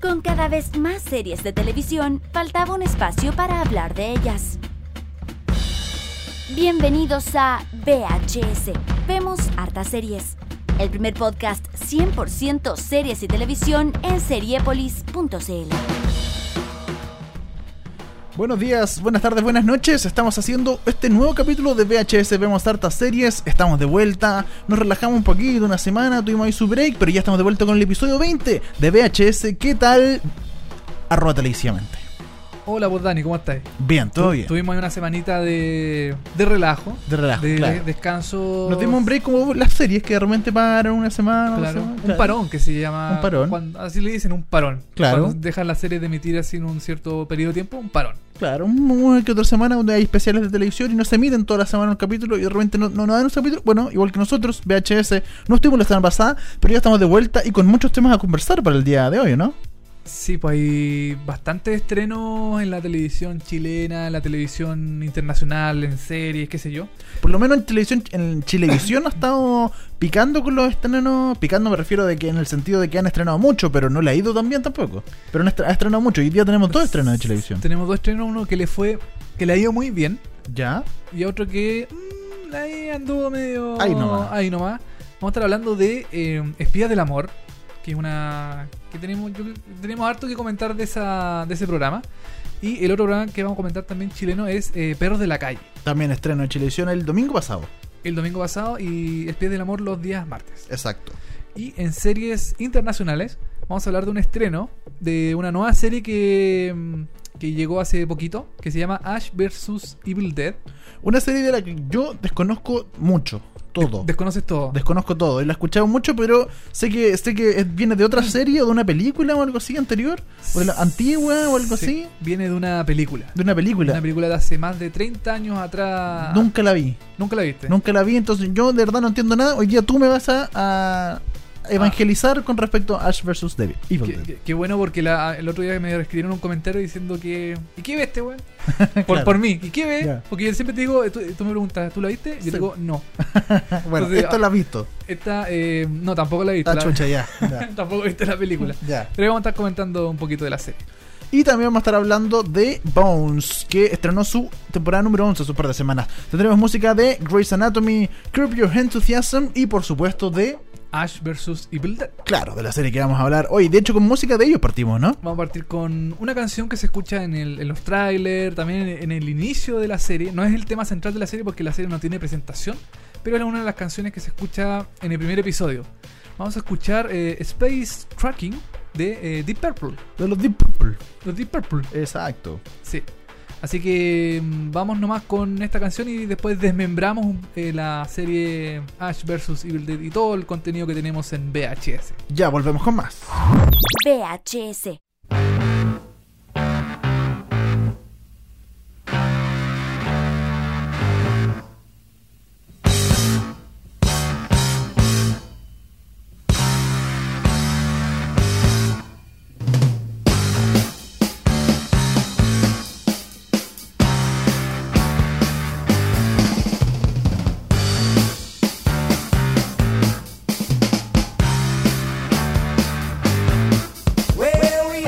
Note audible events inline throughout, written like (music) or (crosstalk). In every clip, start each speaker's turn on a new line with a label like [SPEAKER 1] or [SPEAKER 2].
[SPEAKER 1] Con cada vez más series de televisión, faltaba un espacio para hablar de ellas. Bienvenidos a VHS. Vemos hartas series. El primer podcast 100% series y televisión en seriepolis.cl.
[SPEAKER 2] Buenos días, buenas tardes, buenas noches. Estamos haciendo este nuevo capítulo de VHS. Vemos hartas series, estamos de vuelta. Nos relajamos un poquito, una semana, tuvimos ahí su break, pero ya estamos de vuelta con el episodio 20 de VHS. ¿Qué tal? Arroba televisivamente.
[SPEAKER 3] Hola, vos Dani, ¿cómo estás?
[SPEAKER 2] Bien, todo bien.
[SPEAKER 3] Tuvimos ahí una semanita de, de relajo.
[SPEAKER 2] De relajo,
[SPEAKER 3] De
[SPEAKER 2] claro.
[SPEAKER 3] de- descanso.
[SPEAKER 2] Nos dimos un break como las series que de repente paran una semana.
[SPEAKER 3] Claro,
[SPEAKER 2] una semana.
[SPEAKER 3] un parón que se llama.
[SPEAKER 2] Un parón.
[SPEAKER 3] cuando- así le dicen, un parón.
[SPEAKER 2] Claro.
[SPEAKER 3] Cuando dejan las series de emitir así en un cierto periodo de tiempo, un parón.
[SPEAKER 2] Claro, un- una que otra semana donde hay especiales de televisión y no se emiten toda la semana un capítulo y de repente no, no, no dan un capítulo. Bueno, igual que nosotros, VHS, no estuvimos la semana pasada, pero ya estamos de vuelta y con muchos temas a conversar para el día de hoy, ¿no?
[SPEAKER 3] Sí, pues hay bastantes estrenos en la televisión chilena, en la televisión internacional, en series, qué sé yo.
[SPEAKER 2] Por lo menos en televisión, en Chilevisión ha estado picando con los estrenos. Picando me refiero de que en el sentido de que han estrenado mucho, pero no le ha ido tan bien tampoco. Pero han estre- ha estrenado mucho. Hoy día tenemos dos estrenos de Chilevisión.
[SPEAKER 3] Tenemos dos estrenos, uno que le fue. que le ha ido muy bien.
[SPEAKER 2] ¿Ya?
[SPEAKER 3] Y otro que. mm, ahí anduvo medio.
[SPEAKER 2] Ahí nomás.
[SPEAKER 3] ahí nomás. Vamos a estar hablando de eh, Espías del Amor. Que es una. que tenemos. yo creo que tenemos harto que comentar de esa. de ese programa. Y el otro programa que vamos a comentar también chileno es eh, Perros de la calle.
[SPEAKER 2] También estreno de Chilevisión el domingo pasado.
[SPEAKER 3] El domingo pasado y Espías del Amor los días martes.
[SPEAKER 2] Exacto.
[SPEAKER 3] Y en series internacionales, vamos a hablar de un estreno de una nueva serie que. mm, que llegó hace poquito, que se llama Ash vs Evil Dead.
[SPEAKER 2] Una serie de la que yo desconozco mucho. Todo.
[SPEAKER 3] ¿Desconoces todo?
[SPEAKER 2] Desconozco todo. Y la he escuchado mucho, pero sé que sé que es- viene de otra serie o de una película o algo así anterior. O de la antigua o algo
[SPEAKER 3] Sí,
[SPEAKER 2] así.
[SPEAKER 3] Viene de una película.
[SPEAKER 2] De una película.
[SPEAKER 3] Una película Ah, de hace más de 30 años atrás.
[SPEAKER 2] Nunca la vi.
[SPEAKER 3] ¿Nunca la viste.
[SPEAKER 2] Nunca la vi, entonces yo de verdad no entiendo nada. Hoy día tú me vas a, a evangelizar con respecto a Ash vs. Devil. Evil
[SPEAKER 3] Ah. Qué,
[SPEAKER 2] Dead.
[SPEAKER 3] qué- qué bueno porque la- el otro día me escribieron un comentario diciendo que... ¿Y qué ve
[SPEAKER 2] (laughs)
[SPEAKER 3] este weón? Por,
[SPEAKER 2] Claro.
[SPEAKER 3] por mí. ¿Y qué ve?
[SPEAKER 2] Ya.
[SPEAKER 3] Porque yo siempre te digo, tú, tú me preguntas, ¿tú la viste? Yo
[SPEAKER 2] Sí.
[SPEAKER 3] te digo, no.
[SPEAKER 2] bueno,
[SPEAKER 3] entonces,
[SPEAKER 2] esto
[SPEAKER 3] ah,
[SPEAKER 2] lo has visto.
[SPEAKER 3] Esta, eh, no, tampoco la he visto.
[SPEAKER 2] Ah,
[SPEAKER 3] la-
[SPEAKER 2] chucha,
[SPEAKER 3] (laughs)
[SPEAKER 2] ya, ya,
[SPEAKER 3] tampoco viste la película.
[SPEAKER 2] ya.
[SPEAKER 3] Pero vamos a estar comentando un poquito de la serie.
[SPEAKER 2] Y también vamos a estar hablando de Bones, que estrenó su temporada número 11 hace un par de semanas. Tendremos música de Grey's Anatomy, Curb Your Enthusiasm y por supuesto de,
[SPEAKER 3] Ash vs. Evil Dead.
[SPEAKER 2] claro, de la serie que vamos a hablar hoy. De hecho, con música de ellos partimos, ¿no?
[SPEAKER 3] Vamos a partir con una canción que se escucha en, el- en los trailers, también en, en el inicio de la serie. No es el tema central de la serie porque la serie no tiene presentación, pero es una de las canciones que se escucha en el primer episodio. Vamos a escuchar eh, Space Tracking de eh, Deep Purple.
[SPEAKER 2] De los Deep Purple.
[SPEAKER 3] Los Deep Purple,
[SPEAKER 2] Exacto.
[SPEAKER 3] sí. Así que mm, vamos nomás con esta canción y después desmembramos eh, la serie Ash vs. Evil Dead y todo el contenido que tenemos en VHS.
[SPEAKER 2] Ya volvemos con más.
[SPEAKER 1] VHS.
[SPEAKER 4] Where we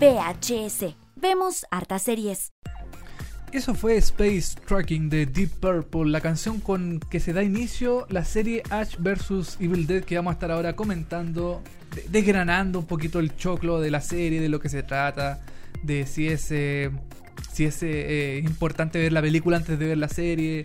[SPEAKER 1] VHS. Vemos hartas series.
[SPEAKER 3] Eso fue Space Tracking de Deep Purple, la canción con que se da inicio la serie Ash vs Evil Dead que vamos a estar ahora comentando, de- desgranando un poquito el choclo de la serie, de lo que se trata, de si es, eh, si es eh, eh, importante ver la película antes de ver la serie.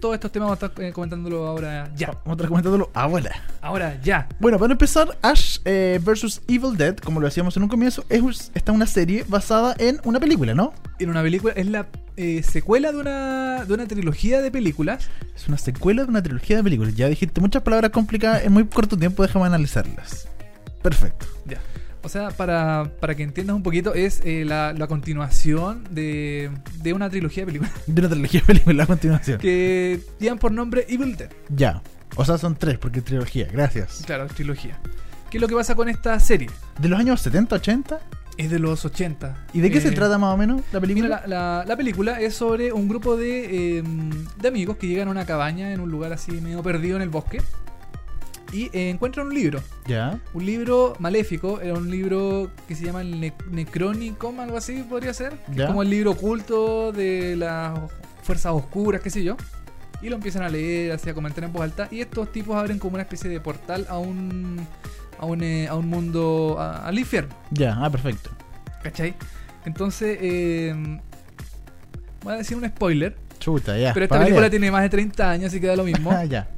[SPEAKER 3] Todos estos temas vamos a estar eh, comentándolo ahora ya.
[SPEAKER 2] Vamos a estar comentándolo ahora.
[SPEAKER 3] Ahora ya.
[SPEAKER 2] Bueno, para empezar, Ash eh, vs. Evil Dead, como lo decíamos en un comienzo, es un- está una serie basada en una película, ¿no?
[SPEAKER 3] En una película, es la eh, secuela de una, de una trilogía de películas.
[SPEAKER 2] Es una secuela de una trilogía de películas. Ya dijiste muchas palabras complicadas en muy corto tiempo, déjame analizarlas. Perfecto.
[SPEAKER 3] Ya. O sea, para, para que entiendas un poquito, es eh, la, la continuación de, de una trilogía de películas
[SPEAKER 2] (laughs) De una trilogía de películas a continuación.
[SPEAKER 3] que llevan por nombre Evil Dead.
[SPEAKER 2] Ya. O sea, son tres, porque es trilogía, gracias.
[SPEAKER 3] Claro, trilogía. ¿Qué es lo que pasa con esta serie?
[SPEAKER 2] De los años 70, 80.
[SPEAKER 3] Es de los 80.
[SPEAKER 2] ¿Y de qué se
[SPEAKER 3] Eh,
[SPEAKER 2] trata más o menos la película?
[SPEAKER 3] Mira, la, la- la película es sobre un grupo de, eh, de amigos que llegan a una cabaña en un lugar así medio perdido en el bosque y eh, encuentran un libro.
[SPEAKER 2] Ya.
[SPEAKER 3] Un libro maléfico, era un libro que se llama el Necrónico, algo así podría ser. que es
[SPEAKER 2] Ya.
[SPEAKER 3] como el libro oculto de las fuerzas oscuras, qué sé yo. Y lo empiezan a leer, así a comentar en voz alta. Y estos tipos abren como una especie de portal a un, a un, eh, a un mundo, a- al infierno.
[SPEAKER 2] Ya, ah, perfecto.
[SPEAKER 3] ¿Cachai? Entonces, eh, voy a decir un spoiler.
[SPEAKER 2] Chuta, ya.
[SPEAKER 3] Pero esta
[SPEAKER 2] para
[SPEAKER 3] película
[SPEAKER 2] variar.
[SPEAKER 3] tiene más de 30 años, así que da
[SPEAKER 2] (laughs)
[SPEAKER 3] lo mismo.
[SPEAKER 2] Ah, ya.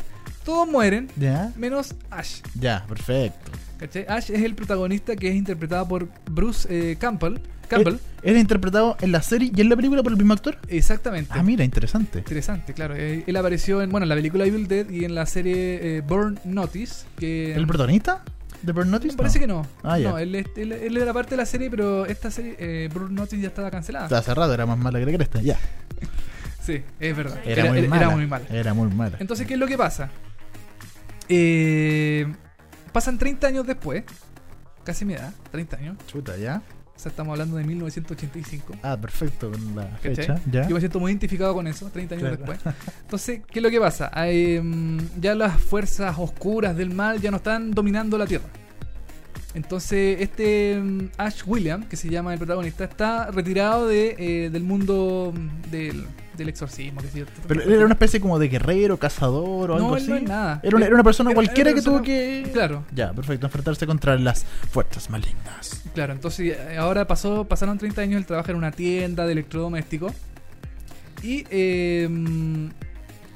[SPEAKER 3] Todos mueren,
[SPEAKER 2] Ya.
[SPEAKER 3] menos Ash.
[SPEAKER 2] Ya, perfecto.
[SPEAKER 3] ¿Cachai? Ash es el protagonista que es interpretado por Bruce eh, Campbell. Campbell,
[SPEAKER 2] Era- Era interpretado en la serie y en la película por el mismo actor.
[SPEAKER 3] exactamente.
[SPEAKER 2] Ah, mira, interesante.
[SPEAKER 3] Interesante, claro. Eh, Él apareció en, bueno, en la película Evil Dead y en la serie eh, Burn Notice, que
[SPEAKER 2] ¿El protagonista de Burn Notice?
[SPEAKER 3] me parece que no.
[SPEAKER 2] Ah, ya.
[SPEAKER 3] No, él, es- él- él era parte de la serie, pero esta serie eh, Burn Notice ya estaba cancelada.
[SPEAKER 2] Está cerrado, era más mala que la cresta. Ya.
[SPEAKER 3] Sí, es verdad.
[SPEAKER 2] Era, muy mala. Eh.
[SPEAKER 3] muy mala.
[SPEAKER 2] Era muy mala.
[SPEAKER 3] Entonces, ¿qué es lo que pasa? Eh, pasan 30 años después, casi me da, 30 años,
[SPEAKER 2] Chuta, ya.
[SPEAKER 3] o sea, estamos hablando de 1985.
[SPEAKER 2] Ah, perfecto con la
[SPEAKER 3] ¿Cachai?
[SPEAKER 2] fecha. Ya.
[SPEAKER 3] Yo me siento muy identificado con eso, 30
[SPEAKER 2] Claro.
[SPEAKER 3] años después. Entonces, ¿qué es lo que pasa? Hay, mm, ya las fuerzas oscuras del mal ya no están dominando la Tierra. Entonces, este mm, Ash William, que se llama el protagonista, está retirado de, eh, del mundo mm, del, del exorcismo. Que
[SPEAKER 2] Pero él era una especie como de guerrero, cazador o
[SPEAKER 3] No,
[SPEAKER 2] algo
[SPEAKER 3] él
[SPEAKER 2] así.
[SPEAKER 3] no es nada.
[SPEAKER 2] Era una, era una persona
[SPEAKER 3] Era-
[SPEAKER 2] cualquiera
[SPEAKER 3] era
[SPEAKER 2] que
[SPEAKER 3] una
[SPEAKER 2] tuvo
[SPEAKER 3] persona-
[SPEAKER 2] que.
[SPEAKER 3] Claro.
[SPEAKER 2] Ya, perfecto. Enfrentarse contra las fuerzas malignas.
[SPEAKER 3] Claro, entonces eh, ahora pasó, pasaron 30 años, él trabaja en una tienda de electrodomésticos y, eh,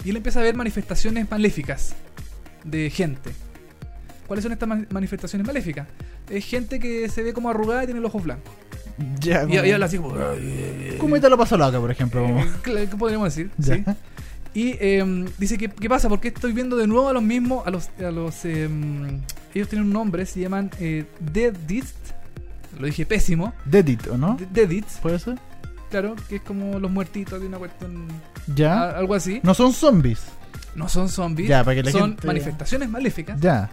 [SPEAKER 3] y él empieza a ver manifestaciones maléficas de gente. ¿Cuáles son estas ma- manifestaciones maléficas? Es gente que se ve como arrugada y tiene los ojos blancos.
[SPEAKER 2] Ya,
[SPEAKER 3] Y,
[SPEAKER 2] como-
[SPEAKER 3] y habla así como... "Ay,
[SPEAKER 2] Como Italo Pasolaca, por ejemplo. como-
[SPEAKER 3] eh, claro, ¿Qué podríamos decir?
[SPEAKER 2] (laughs) Ya.
[SPEAKER 3] ¿Sí? Y eh, dice, ¿qué, ¿qué pasa? Porque estoy viendo de nuevo a los mismos, a los... A los eh, ellos tienen un nombre, se llaman eh, Deadist. Lo dije pésimo.
[SPEAKER 2] Dead It, ¿o no?
[SPEAKER 3] De- Deadites,
[SPEAKER 2] ¿Puede ser?
[SPEAKER 3] claro, que es como los muertitos de una cuestión.
[SPEAKER 2] Ya.
[SPEAKER 3] a- Algo así.
[SPEAKER 2] No son zombies.
[SPEAKER 3] No son zombies.
[SPEAKER 2] ¿Ah? Ya, para que la
[SPEAKER 3] son
[SPEAKER 2] gente-
[SPEAKER 3] manifestaciones maléficas.
[SPEAKER 2] Ya.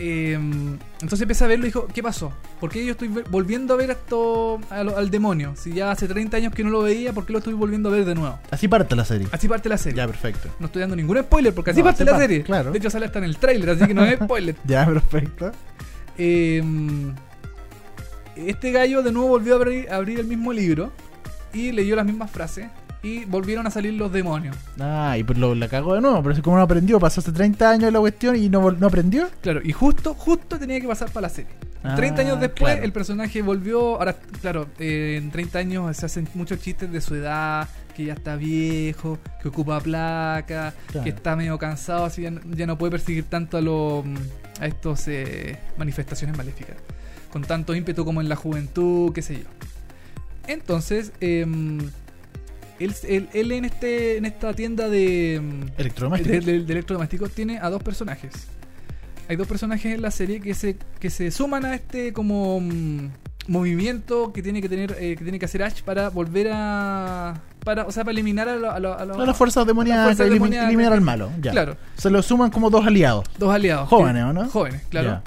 [SPEAKER 3] Eh, entonces empecé a verlo y dijo, ¿qué pasó? ¿Por qué yo estoy ve- volviendo a ver esto al, al demonio? Si ya hace 30 años que no lo veía, ¿por qué lo estoy volviendo a ver de nuevo?
[SPEAKER 2] Así parte la serie.
[SPEAKER 3] Así parte la serie.
[SPEAKER 2] Ya, perfecto.
[SPEAKER 3] No estoy dando ningún spoiler porque así
[SPEAKER 2] No, así
[SPEAKER 3] parte la
[SPEAKER 2] parte,
[SPEAKER 3] serie.
[SPEAKER 2] claro.
[SPEAKER 3] De hecho sale hasta en el tráiler, así que
[SPEAKER 2] (laughs)
[SPEAKER 3] no es spoiler.
[SPEAKER 2] Ya, perfecto.
[SPEAKER 3] Eh, este gallo de nuevo volvió a abrir, a abrir el mismo libro y leyó las mismas frases y volvieron a salir los demonios.
[SPEAKER 2] Ah, y pues lo, la cagó de nuevo, pero es como no aprendió, pasó hace 30 años la cuestión y no, vol- no aprendió.
[SPEAKER 3] Claro, y justo, justo tenía que pasar para la serie.
[SPEAKER 2] Ah,
[SPEAKER 3] 30 años después
[SPEAKER 2] claro.
[SPEAKER 3] el personaje volvió, ahora claro, eh, en 30 años se hacen muchos chistes de su edad, que ya está viejo, que ocupa placa,
[SPEAKER 2] Claro.
[SPEAKER 3] que está medio cansado, así ya, no- ya no puede perseguir tanto a los mm, a estos eh, manifestaciones maléficas, con tanto ímpetu como en la juventud, qué sé yo. Entonces, eh, él, él- él en este en esta tienda de mm,
[SPEAKER 2] Electrodoméstico.
[SPEAKER 3] de, de- de electrodoméstico tiene a dos personajes. Hay dos personajes en la serie que se, que se suman a este como mm, movimiento que tiene que tener eh, que tiene que hacer Ash para volver a para o sea para eliminar a, lo- a lo- a lo-
[SPEAKER 2] No, las fuerzas demoníacas,
[SPEAKER 3] fuerzas
[SPEAKER 2] elimin-
[SPEAKER 3] demoníacas.
[SPEAKER 2] eliminar al malo. Ya.
[SPEAKER 3] Claro.
[SPEAKER 2] Se lo suman como dos aliados.
[SPEAKER 3] dos aliados
[SPEAKER 2] Jóvenes,
[SPEAKER 3] que-
[SPEAKER 2] ¿o no?
[SPEAKER 3] jóvenes claro
[SPEAKER 2] Ya.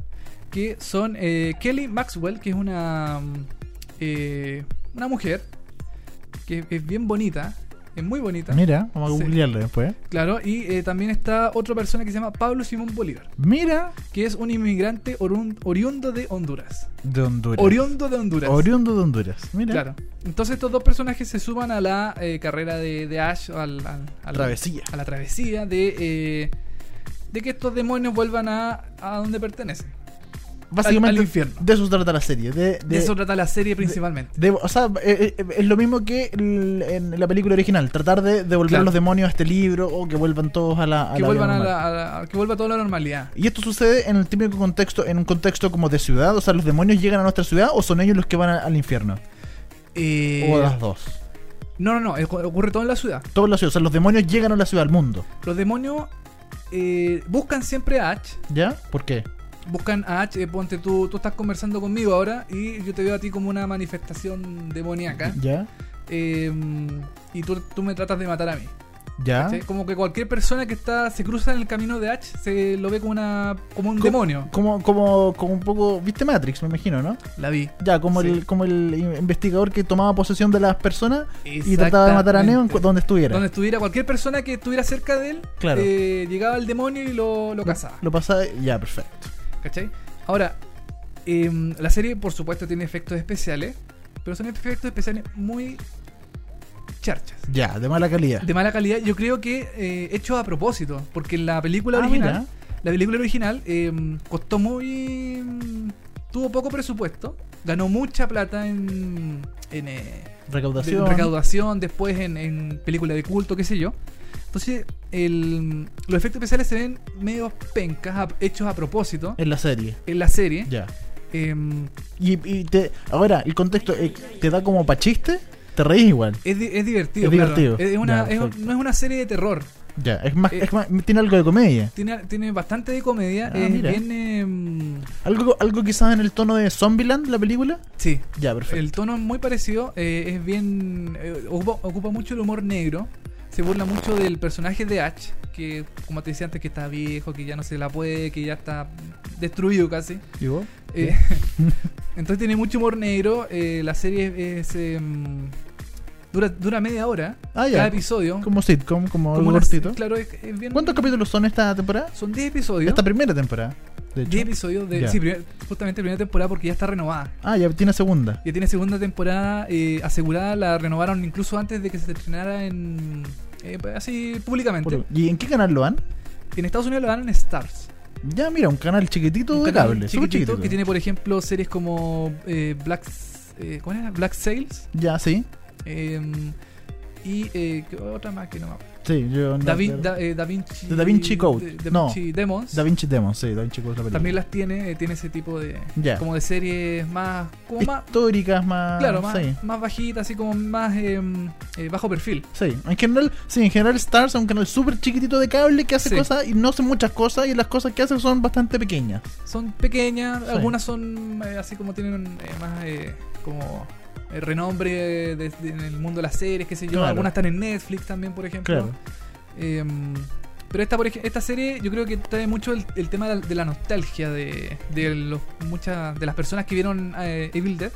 [SPEAKER 3] que son eh, Kelly Maxwell que es una mm, eh, una mujer que es bien bonita Es muy bonita.
[SPEAKER 2] Mira, vamos a
[SPEAKER 3] Sí.
[SPEAKER 2] googlearlo después.
[SPEAKER 3] Claro, y eh, también está otra persona que se llama Pablo Simón Bolívar,
[SPEAKER 2] Mira,
[SPEAKER 3] que es un inmigrante orun- oriundo de Honduras.
[SPEAKER 2] de Honduras.
[SPEAKER 3] Oriundo de Honduras.
[SPEAKER 2] Oriundo de Honduras. Mira.
[SPEAKER 3] Claro. Entonces estos dos personajes se suman a la eh, carrera de, de Ash, al, al- al-
[SPEAKER 2] Travesía.
[SPEAKER 3] a la travesía de, eh, de que estos demonios vuelvan a, a donde pertenecen.
[SPEAKER 2] Básicamente,
[SPEAKER 3] Al- al infierno.
[SPEAKER 2] de eso se trata la serie. De,
[SPEAKER 3] De,
[SPEAKER 2] de-
[SPEAKER 3] eso trata la serie principalmente.
[SPEAKER 2] de- o sea, eh, eh, es lo mismo que el- en la película original. Tratar de devolver
[SPEAKER 3] Claro.
[SPEAKER 2] los demonios a este libro o que vuelvan todos a la. a
[SPEAKER 3] que
[SPEAKER 2] la
[SPEAKER 3] vuelvan
[SPEAKER 2] vida
[SPEAKER 3] a
[SPEAKER 2] normal.
[SPEAKER 3] la, a la- que vuelva toda la normalidad.
[SPEAKER 2] Y esto sucede en el típico contexto, en un contexto como de ciudad. O sea, los demonios llegan a nuestra ciudad o son ellos los que van a- al infierno.
[SPEAKER 3] Eh,
[SPEAKER 2] o a las dos.
[SPEAKER 3] no, no, no, ocu- ocurre todo en la ciudad.
[SPEAKER 2] Todo en la ciudad. O sea, los demonios llegan a la ciudad, al mundo.
[SPEAKER 3] Los demonios eh, buscan siempre a Ash.
[SPEAKER 2] ¿Ya? ¿Por qué?
[SPEAKER 3] Buscan a Ash, eh, ponte tú, tú estás conversando conmigo ahora y yo te veo a ti como una
[SPEAKER 2] (laughs)
[SPEAKER 3] manifestación demoníaca.
[SPEAKER 2] ¿Ya?
[SPEAKER 3] eh, y tú, tú me tratas de matar a mí.
[SPEAKER 2] ¿Ya?
[SPEAKER 3] ¿cachai? Como que cualquier persona que está se cruza en el camino de Ash se lo ve como una como un
[SPEAKER 2] Co-
[SPEAKER 3] demonio.
[SPEAKER 2] Como, como, como un poco. ¿Viste Matrix, me imagino, no?
[SPEAKER 3] La vi.
[SPEAKER 2] Ya, como,
[SPEAKER 3] Sí.
[SPEAKER 2] el, como el in- investigador que tomaba posesión de las personas y trataba de matar a Neo en cu- donde estuviera.
[SPEAKER 3] Donde estuviera cualquier persona que estuviera cerca de él,
[SPEAKER 2] Claro.
[SPEAKER 3] eh, llegaba el demonio y lo, lo cazaba.
[SPEAKER 2] Lo pasaba. Ya, perfecto.
[SPEAKER 3] ¿Cachai? Ahora, eh, la serie por supuesto tiene efectos especiales, pero son efectos especiales muy charchas.
[SPEAKER 2] Ya, de mala calidad.
[SPEAKER 3] De mala calidad, yo creo que eh, hechos a propósito, porque en la película
[SPEAKER 2] Ah,
[SPEAKER 3] original,
[SPEAKER 2] mira.
[SPEAKER 3] la película original eh, costó muy, tuvo poco presupuesto, ganó mucha plata en, en, eh,
[SPEAKER 2] Recaudación.
[SPEAKER 3] de- recaudación, después en, en película de culto, qué sé yo. Entonces, el- los efectos especiales se ven medio pencas, a- hechos a propósito
[SPEAKER 2] en la serie.
[SPEAKER 3] en la serie.
[SPEAKER 2] Eh. Ya.
[SPEAKER 3] Em,
[SPEAKER 2] Y, y te, ahora, el contexto eh, te da como pa' chiste, te reís igual.
[SPEAKER 3] es, di- es divertido.
[SPEAKER 2] Es
[SPEAKER 3] claro.
[SPEAKER 2] divertido.
[SPEAKER 3] Es una-
[SPEAKER 2] Ya,
[SPEAKER 3] es un-
[SPEAKER 2] perfecto.
[SPEAKER 3] no es una serie de terror.
[SPEAKER 2] Ya, es más,
[SPEAKER 3] Eh,
[SPEAKER 2] es más- tiene algo de comedia.
[SPEAKER 3] Tiene, tiene bastante de comedia.
[SPEAKER 2] Ah,
[SPEAKER 3] es
[SPEAKER 2] mira.
[SPEAKER 3] bien. em,
[SPEAKER 2] Algo, algo quizás en el tono de Zombieland, la película.
[SPEAKER 3] sí.
[SPEAKER 2] Ya, perfecto.
[SPEAKER 3] El tono es muy parecido. eh, es bien. eh, ocupa, ocupa mucho el humor negro. Se burla mucho del personaje de Ash. Que, como te decía antes, que está viejo, que ya no se la puede, que ya está destruido casi.
[SPEAKER 2] ¿Y vos?
[SPEAKER 3] Eh, (laughs) entonces tiene mucho humor negro. eh, la serie es. es, em, dura, dura media hora.
[SPEAKER 2] Ah, ya.
[SPEAKER 3] cada episodio.
[SPEAKER 2] Como sitcom, como,
[SPEAKER 3] Como
[SPEAKER 2] algo
[SPEAKER 3] una-
[SPEAKER 2] cortito.
[SPEAKER 3] Claro, es, es bien.
[SPEAKER 2] ¿Cuántos capítulos son esta temporada?
[SPEAKER 3] Son 10 episodios.
[SPEAKER 2] Esta primera temporada, de hecho.
[SPEAKER 3] 10 episodios de.
[SPEAKER 2] Ya.
[SPEAKER 3] Sí, primer- justamente primera temporada porque ya está renovada.
[SPEAKER 2] Ah, ya tiene segunda.
[SPEAKER 3] Ya tiene segunda temporada eh, asegurada, la renovaron incluso antes de que se estrenara en. eh, así públicamente.
[SPEAKER 2] ¿Y en qué canal lo dan?
[SPEAKER 3] En Estados Unidos lo dan en Stars.
[SPEAKER 2] Ya, mira, un canal chiquitito
[SPEAKER 3] Un
[SPEAKER 2] de
[SPEAKER 3] canal
[SPEAKER 2] cable, súper
[SPEAKER 3] chiquitito
[SPEAKER 2] chiquitito.
[SPEAKER 3] que tiene, por ejemplo, series como eh, Black. eh, ¿Cómo era? Black Sales.
[SPEAKER 2] Ya, sí.
[SPEAKER 3] eh, y eh, ¿qué otra más que no me acuerdo?
[SPEAKER 2] Sí, yo no-
[SPEAKER 3] Da, Vin-
[SPEAKER 2] ya-
[SPEAKER 3] Da- eh, Da Vinci.
[SPEAKER 2] The Da Vinci Code.
[SPEAKER 3] Da
[SPEAKER 2] No.
[SPEAKER 3] Vinci Demons.
[SPEAKER 2] Da Vinci Demon, sí, Da Vinci Code es la película.
[SPEAKER 3] también las tiene, eh, tiene ese tipo de.
[SPEAKER 2] Ya.
[SPEAKER 3] Como de series más. Como más
[SPEAKER 2] históricas más.
[SPEAKER 3] Claro, más,
[SPEAKER 2] Ah, Sí.
[SPEAKER 3] más bajita, así como más eh, eh, bajo perfil.
[SPEAKER 2] Sí, en general, sí, en general Stars es un canal súper chiquitito de cable que hace
[SPEAKER 3] Sí.
[SPEAKER 2] cosas y no hace muchas cosas y las cosas que hace son bastante pequeñas.
[SPEAKER 3] Son pequeñas,
[SPEAKER 2] Sí.
[SPEAKER 3] algunas son eh, así como tienen eh, más eh, como eh, renombre de- de- en el mundo de las series, qué sé yo.
[SPEAKER 2] Claro.
[SPEAKER 3] Algunas están en Netflix también, por ejemplo.
[SPEAKER 2] Claro.
[SPEAKER 3] Eh, pero esta, por ej- esta serie yo creo que trae mucho el, el tema de la, de la nostalgia de, de los, muchas de las personas que vieron eh, Evil Dead.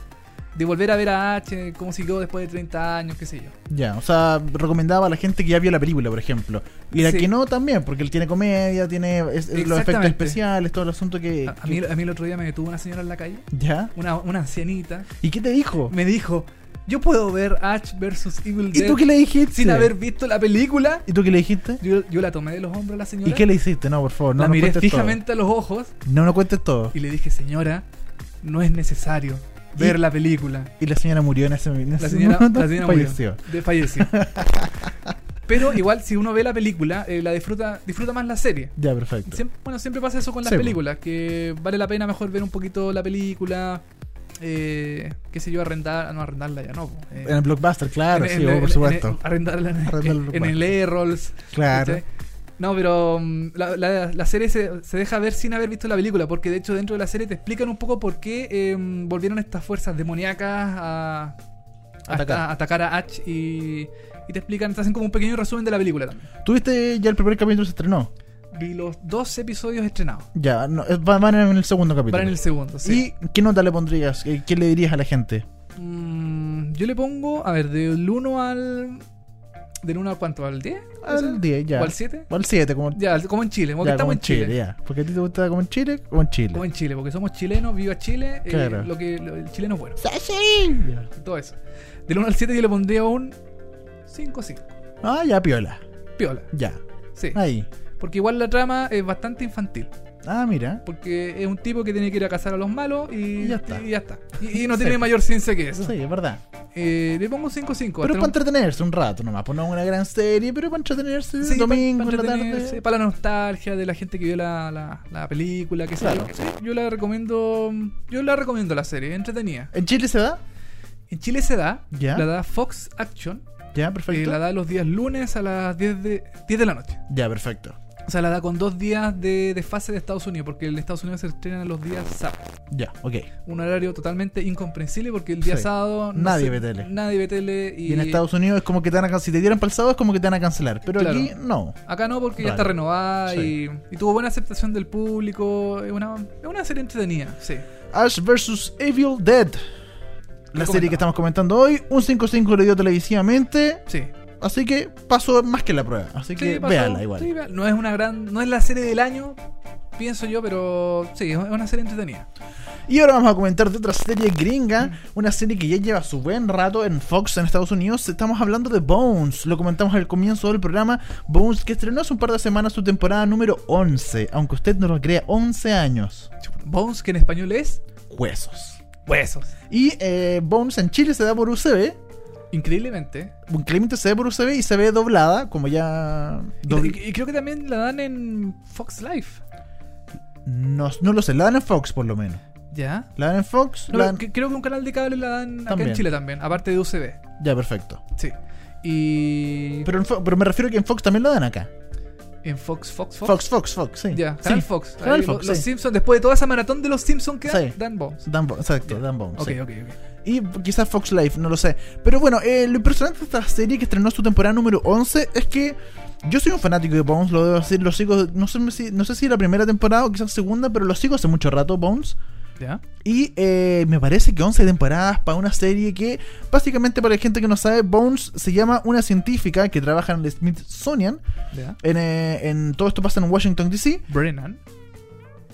[SPEAKER 3] De volver a ver a H, cómo siguió después de 30 años, qué sé yo.
[SPEAKER 2] Ya, o sea, recomendaba a la gente que ya vio la película, por ejemplo. Y la
[SPEAKER 3] Sí.
[SPEAKER 2] que no también, porque él tiene comedia, tiene es- es los efectos
[SPEAKER 3] Exactamente.
[SPEAKER 2] especiales, todo el asunto que...
[SPEAKER 3] A, a mí, a mí el otro día me detuvo una señora en la calle,
[SPEAKER 2] ¿Ya?
[SPEAKER 3] una, una ancianita,
[SPEAKER 2] ¿Y qué te dijo?
[SPEAKER 3] me dijo, yo puedo ver Ash vs. Evil
[SPEAKER 2] ¿Y
[SPEAKER 3] Dead
[SPEAKER 2] tú qué le dijiste?
[SPEAKER 3] sin haber visto la película.
[SPEAKER 2] ¿Y tú qué le dijiste?
[SPEAKER 3] Yo, yo la tomé de los hombros a la señora.
[SPEAKER 2] ¿Y qué le hiciste? No, por favor, no
[SPEAKER 3] la
[SPEAKER 2] nos
[SPEAKER 3] miré
[SPEAKER 2] cuentes
[SPEAKER 3] fijamente a los ojos
[SPEAKER 2] todo. No nos cuentes todo.
[SPEAKER 3] y le dije, señora, no es necesario
[SPEAKER 2] Y-
[SPEAKER 3] ver la película.
[SPEAKER 2] Y la señora murió en ese, (laughs) en
[SPEAKER 3] La
[SPEAKER 2] ese
[SPEAKER 3] señora,
[SPEAKER 2] momento,
[SPEAKER 3] la señora
[SPEAKER 2] falleció.
[SPEAKER 3] murió.
[SPEAKER 2] (laughs)
[SPEAKER 3] De- falleció. Pero igual, si uno ve la película, eh, la disfruta, disfruta más la serie.
[SPEAKER 2] Ya, perfecto.
[SPEAKER 3] Siem- bueno, siempre pasa eso con las
[SPEAKER 2] Sí, po.
[SPEAKER 3] películas, que vale la pena mejor ver un poquito la película, eh, qué sé yo, arrendar, no arrendarla ya, no. po, eh,
[SPEAKER 2] En el blockbuster, claro,
[SPEAKER 3] en-
[SPEAKER 2] sí,
[SPEAKER 3] en-
[SPEAKER 2] oh,
[SPEAKER 3] en-
[SPEAKER 2] por supuesto.
[SPEAKER 3] en- arrendarla en,
[SPEAKER 2] Arrendarla en
[SPEAKER 3] en el E-Rolls.
[SPEAKER 2] Claro.
[SPEAKER 3] ¿cachai? No, pero mm, la, la- la serie se, se deja ver sin haber visto la película, porque de hecho dentro de la serie te explican un poco por qué eh, volvieron estas fuerzas demoníacas a, a-
[SPEAKER 2] Atacar.
[SPEAKER 3] a atacar a Ash y, y te explican, te hacen como un pequeño resumen de la película también.
[SPEAKER 2] ¿Tuviste ya el primer capítulo se estrenó?
[SPEAKER 3] Vi los dos episodios estrenados.
[SPEAKER 2] Ya, no, eh, va- van en el segundo capítulo.
[SPEAKER 3] Para en el segundo, sí.
[SPEAKER 2] ¿Y qué nota le pondrías? Eh, ¿Qué le dirías a la gente?
[SPEAKER 3] Mm, yo le pongo, a ver, del 1 al. ¿Del 1 a cuánto? ¿Al 10?
[SPEAKER 2] Al 10, ya.
[SPEAKER 3] ¿O al 7?
[SPEAKER 2] O al 7, como,
[SPEAKER 3] Ya, como en Chile, como que
[SPEAKER 2] ya, como
[SPEAKER 3] estamos en Chile.
[SPEAKER 2] ya. Porque a ti te gusta como en Chile, como en Chile.
[SPEAKER 3] Como en Chile, porque somos chilenos, viva Chile, eh,
[SPEAKER 2] Claro.
[SPEAKER 3] lo que lo- el chileno es bueno,
[SPEAKER 2] ¡Sashi! Ya.
[SPEAKER 3] todo eso. Del 1 al 7 yo le pondría un 5-5.
[SPEAKER 2] Ah, ya, piola.
[SPEAKER 3] Piola,
[SPEAKER 2] Ya.
[SPEAKER 3] sí.
[SPEAKER 2] Ahí.
[SPEAKER 3] Porque igual la trama es bastante infantil.
[SPEAKER 2] Ah, mira.
[SPEAKER 3] Porque es un tipo que tiene que ir a cazar a los malos y,
[SPEAKER 2] Y ya está.
[SPEAKER 3] Y, está. Y- y no
[SPEAKER 2] Sí.
[SPEAKER 3] tiene mayor ciencia que eso.
[SPEAKER 2] Sí, es verdad.
[SPEAKER 3] Eh, le pongo un 5-5.
[SPEAKER 2] Pero es
[SPEAKER 3] hasta
[SPEAKER 2] para
[SPEAKER 3] un-
[SPEAKER 2] entretenerse un rato nomás. Pues no es una gran serie, pero para entretenerse
[SPEAKER 3] Sí,
[SPEAKER 2] el domingo,
[SPEAKER 3] pa-
[SPEAKER 2] en
[SPEAKER 3] pa
[SPEAKER 2] la
[SPEAKER 3] entretenerse,
[SPEAKER 2] tarde.
[SPEAKER 3] para la nostalgia de la gente que vio la, la- la película, que
[SPEAKER 2] Claro.
[SPEAKER 3] Yo la recomiendo. Yo la recomiendo la serie, es entretenida.
[SPEAKER 2] ¿En Chile se da?
[SPEAKER 3] En Chile se da,
[SPEAKER 2] Ya.
[SPEAKER 3] la da Fox Action,
[SPEAKER 2] Ya,
[SPEAKER 3] eh,
[SPEAKER 2] perfecto.
[SPEAKER 3] la da los días lunes a las 10 de, 10 de la noche.
[SPEAKER 2] Ya, perfecto.
[SPEAKER 3] O sea, la da con dos días de, de fase de Estados Unidos, porque el Estados Unidos se estrena los días sábados.
[SPEAKER 2] Ya, ok.
[SPEAKER 3] Un horario totalmente incomprensible porque el día
[SPEAKER 2] Sí.
[SPEAKER 3] sábado.
[SPEAKER 2] Nadie
[SPEAKER 3] se-
[SPEAKER 2] ve tele.
[SPEAKER 3] Nadie ve tele. Y,
[SPEAKER 2] Y en Estados Unidos es como que te van a cancelar. Si te dieron para el sábado es como que te van a cancelar. Pero
[SPEAKER 3] Claro.
[SPEAKER 2] aquí no.
[SPEAKER 3] Acá no, porque ya
[SPEAKER 2] Raro.
[SPEAKER 3] está renovada
[SPEAKER 2] Sí.
[SPEAKER 3] y, y tuvo buena aceptación del público. Es una, es una serie entretenida, sí.
[SPEAKER 2] Ash vs. Evil Dead. La
[SPEAKER 3] Recomendado.
[SPEAKER 2] serie que estamos comentando hoy. Un 5-5 le dio televisivamente.
[SPEAKER 3] Sí,
[SPEAKER 2] Así que pasó más que la prueba. Así que
[SPEAKER 3] Sí, pasó.
[SPEAKER 2] véala igual.
[SPEAKER 3] Sí, véala. no es una gran. No es la serie del año, pienso yo, pero sí, es una serie entretenida.
[SPEAKER 2] Y ahora vamos a comentar de otra serie gringa, una serie que ya lleva su buen rato en Fox en Estados Unidos. Estamos hablando de Bones, lo comentamos al comienzo del programa. Bones que estrenó hace un par de semanas su temporada número 11, aunque usted no lo crea, 11 años.
[SPEAKER 3] Bones, que en español es.
[SPEAKER 2] Huesos.
[SPEAKER 3] Huesos.
[SPEAKER 2] Y eh, Bones en Chile se da por UCB,
[SPEAKER 3] Increíblemente.
[SPEAKER 2] Clemente se da por UCB y se ve doblada, como ya...
[SPEAKER 3] Y-
[SPEAKER 2] dobl-
[SPEAKER 3] Y, y creo que también la dan en Fox Life.
[SPEAKER 2] No, no lo sé, la dan en Fox por lo menos.
[SPEAKER 3] ¿Ya?
[SPEAKER 2] La dan en Fox,
[SPEAKER 3] No,
[SPEAKER 2] la dan-
[SPEAKER 3] que- creo que un canal de cable la dan acá
[SPEAKER 2] También.
[SPEAKER 3] en Chile también, aparte de UCB.
[SPEAKER 2] Ya, perfecto.
[SPEAKER 3] Sí. Y.
[SPEAKER 2] Pero, en Fo- pero me refiero que en Fox también la dan acá.
[SPEAKER 3] en Fox, Fox, Fox.
[SPEAKER 2] Fox, Fox, Fox, sí.
[SPEAKER 3] Ya,
[SPEAKER 2] Sí.
[SPEAKER 3] Canal Fox.
[SPEAKER 2] Canal
[SPEAKER 3] Ahí
[SPEAKER 2] Fox,
[SPEAKER 3] lo- los
[SPEAKER 2] sí.
[SPEAKER 3] Simpsons, después de toda esa maratón de los Simpsons que dan,
[SPEAKER 2] Sí.
[SPEAKER 3] dan Bones.
[SPEAKER 2] Dan Bo- exacto, Dan Bones.
[SPEAKER 3] Ok,
[SPEAKER 2] sí.
[SPEAKER 3] ok, ok.
[SPEAKER 2] Y quizás Fox Life, no lo sé. Pero bueno, eh, lo impresionante de esta serie que estrenó su temporada número 11 es que yo soy un fanático de Bones, lo debo decir, lo sigo, no sé si, no sé si la primera temporada o quizás segunda, pero lo sigo hace mucho rato, Bones.
[SPEAKER 3] ¿Ya?
[SPEAKER 2] Y eh, me parece que 11 temporadas para una serie que, básicamente para la gente que no sabe, Bones se llama una científica que trabaja en el Smithsonian.
[SPEAKER 3] ¿Ya?
[SPEAKER 2] En, eh, en- todo esto pasa en Washington, D.C.
[SPEAKER 3] Brennan.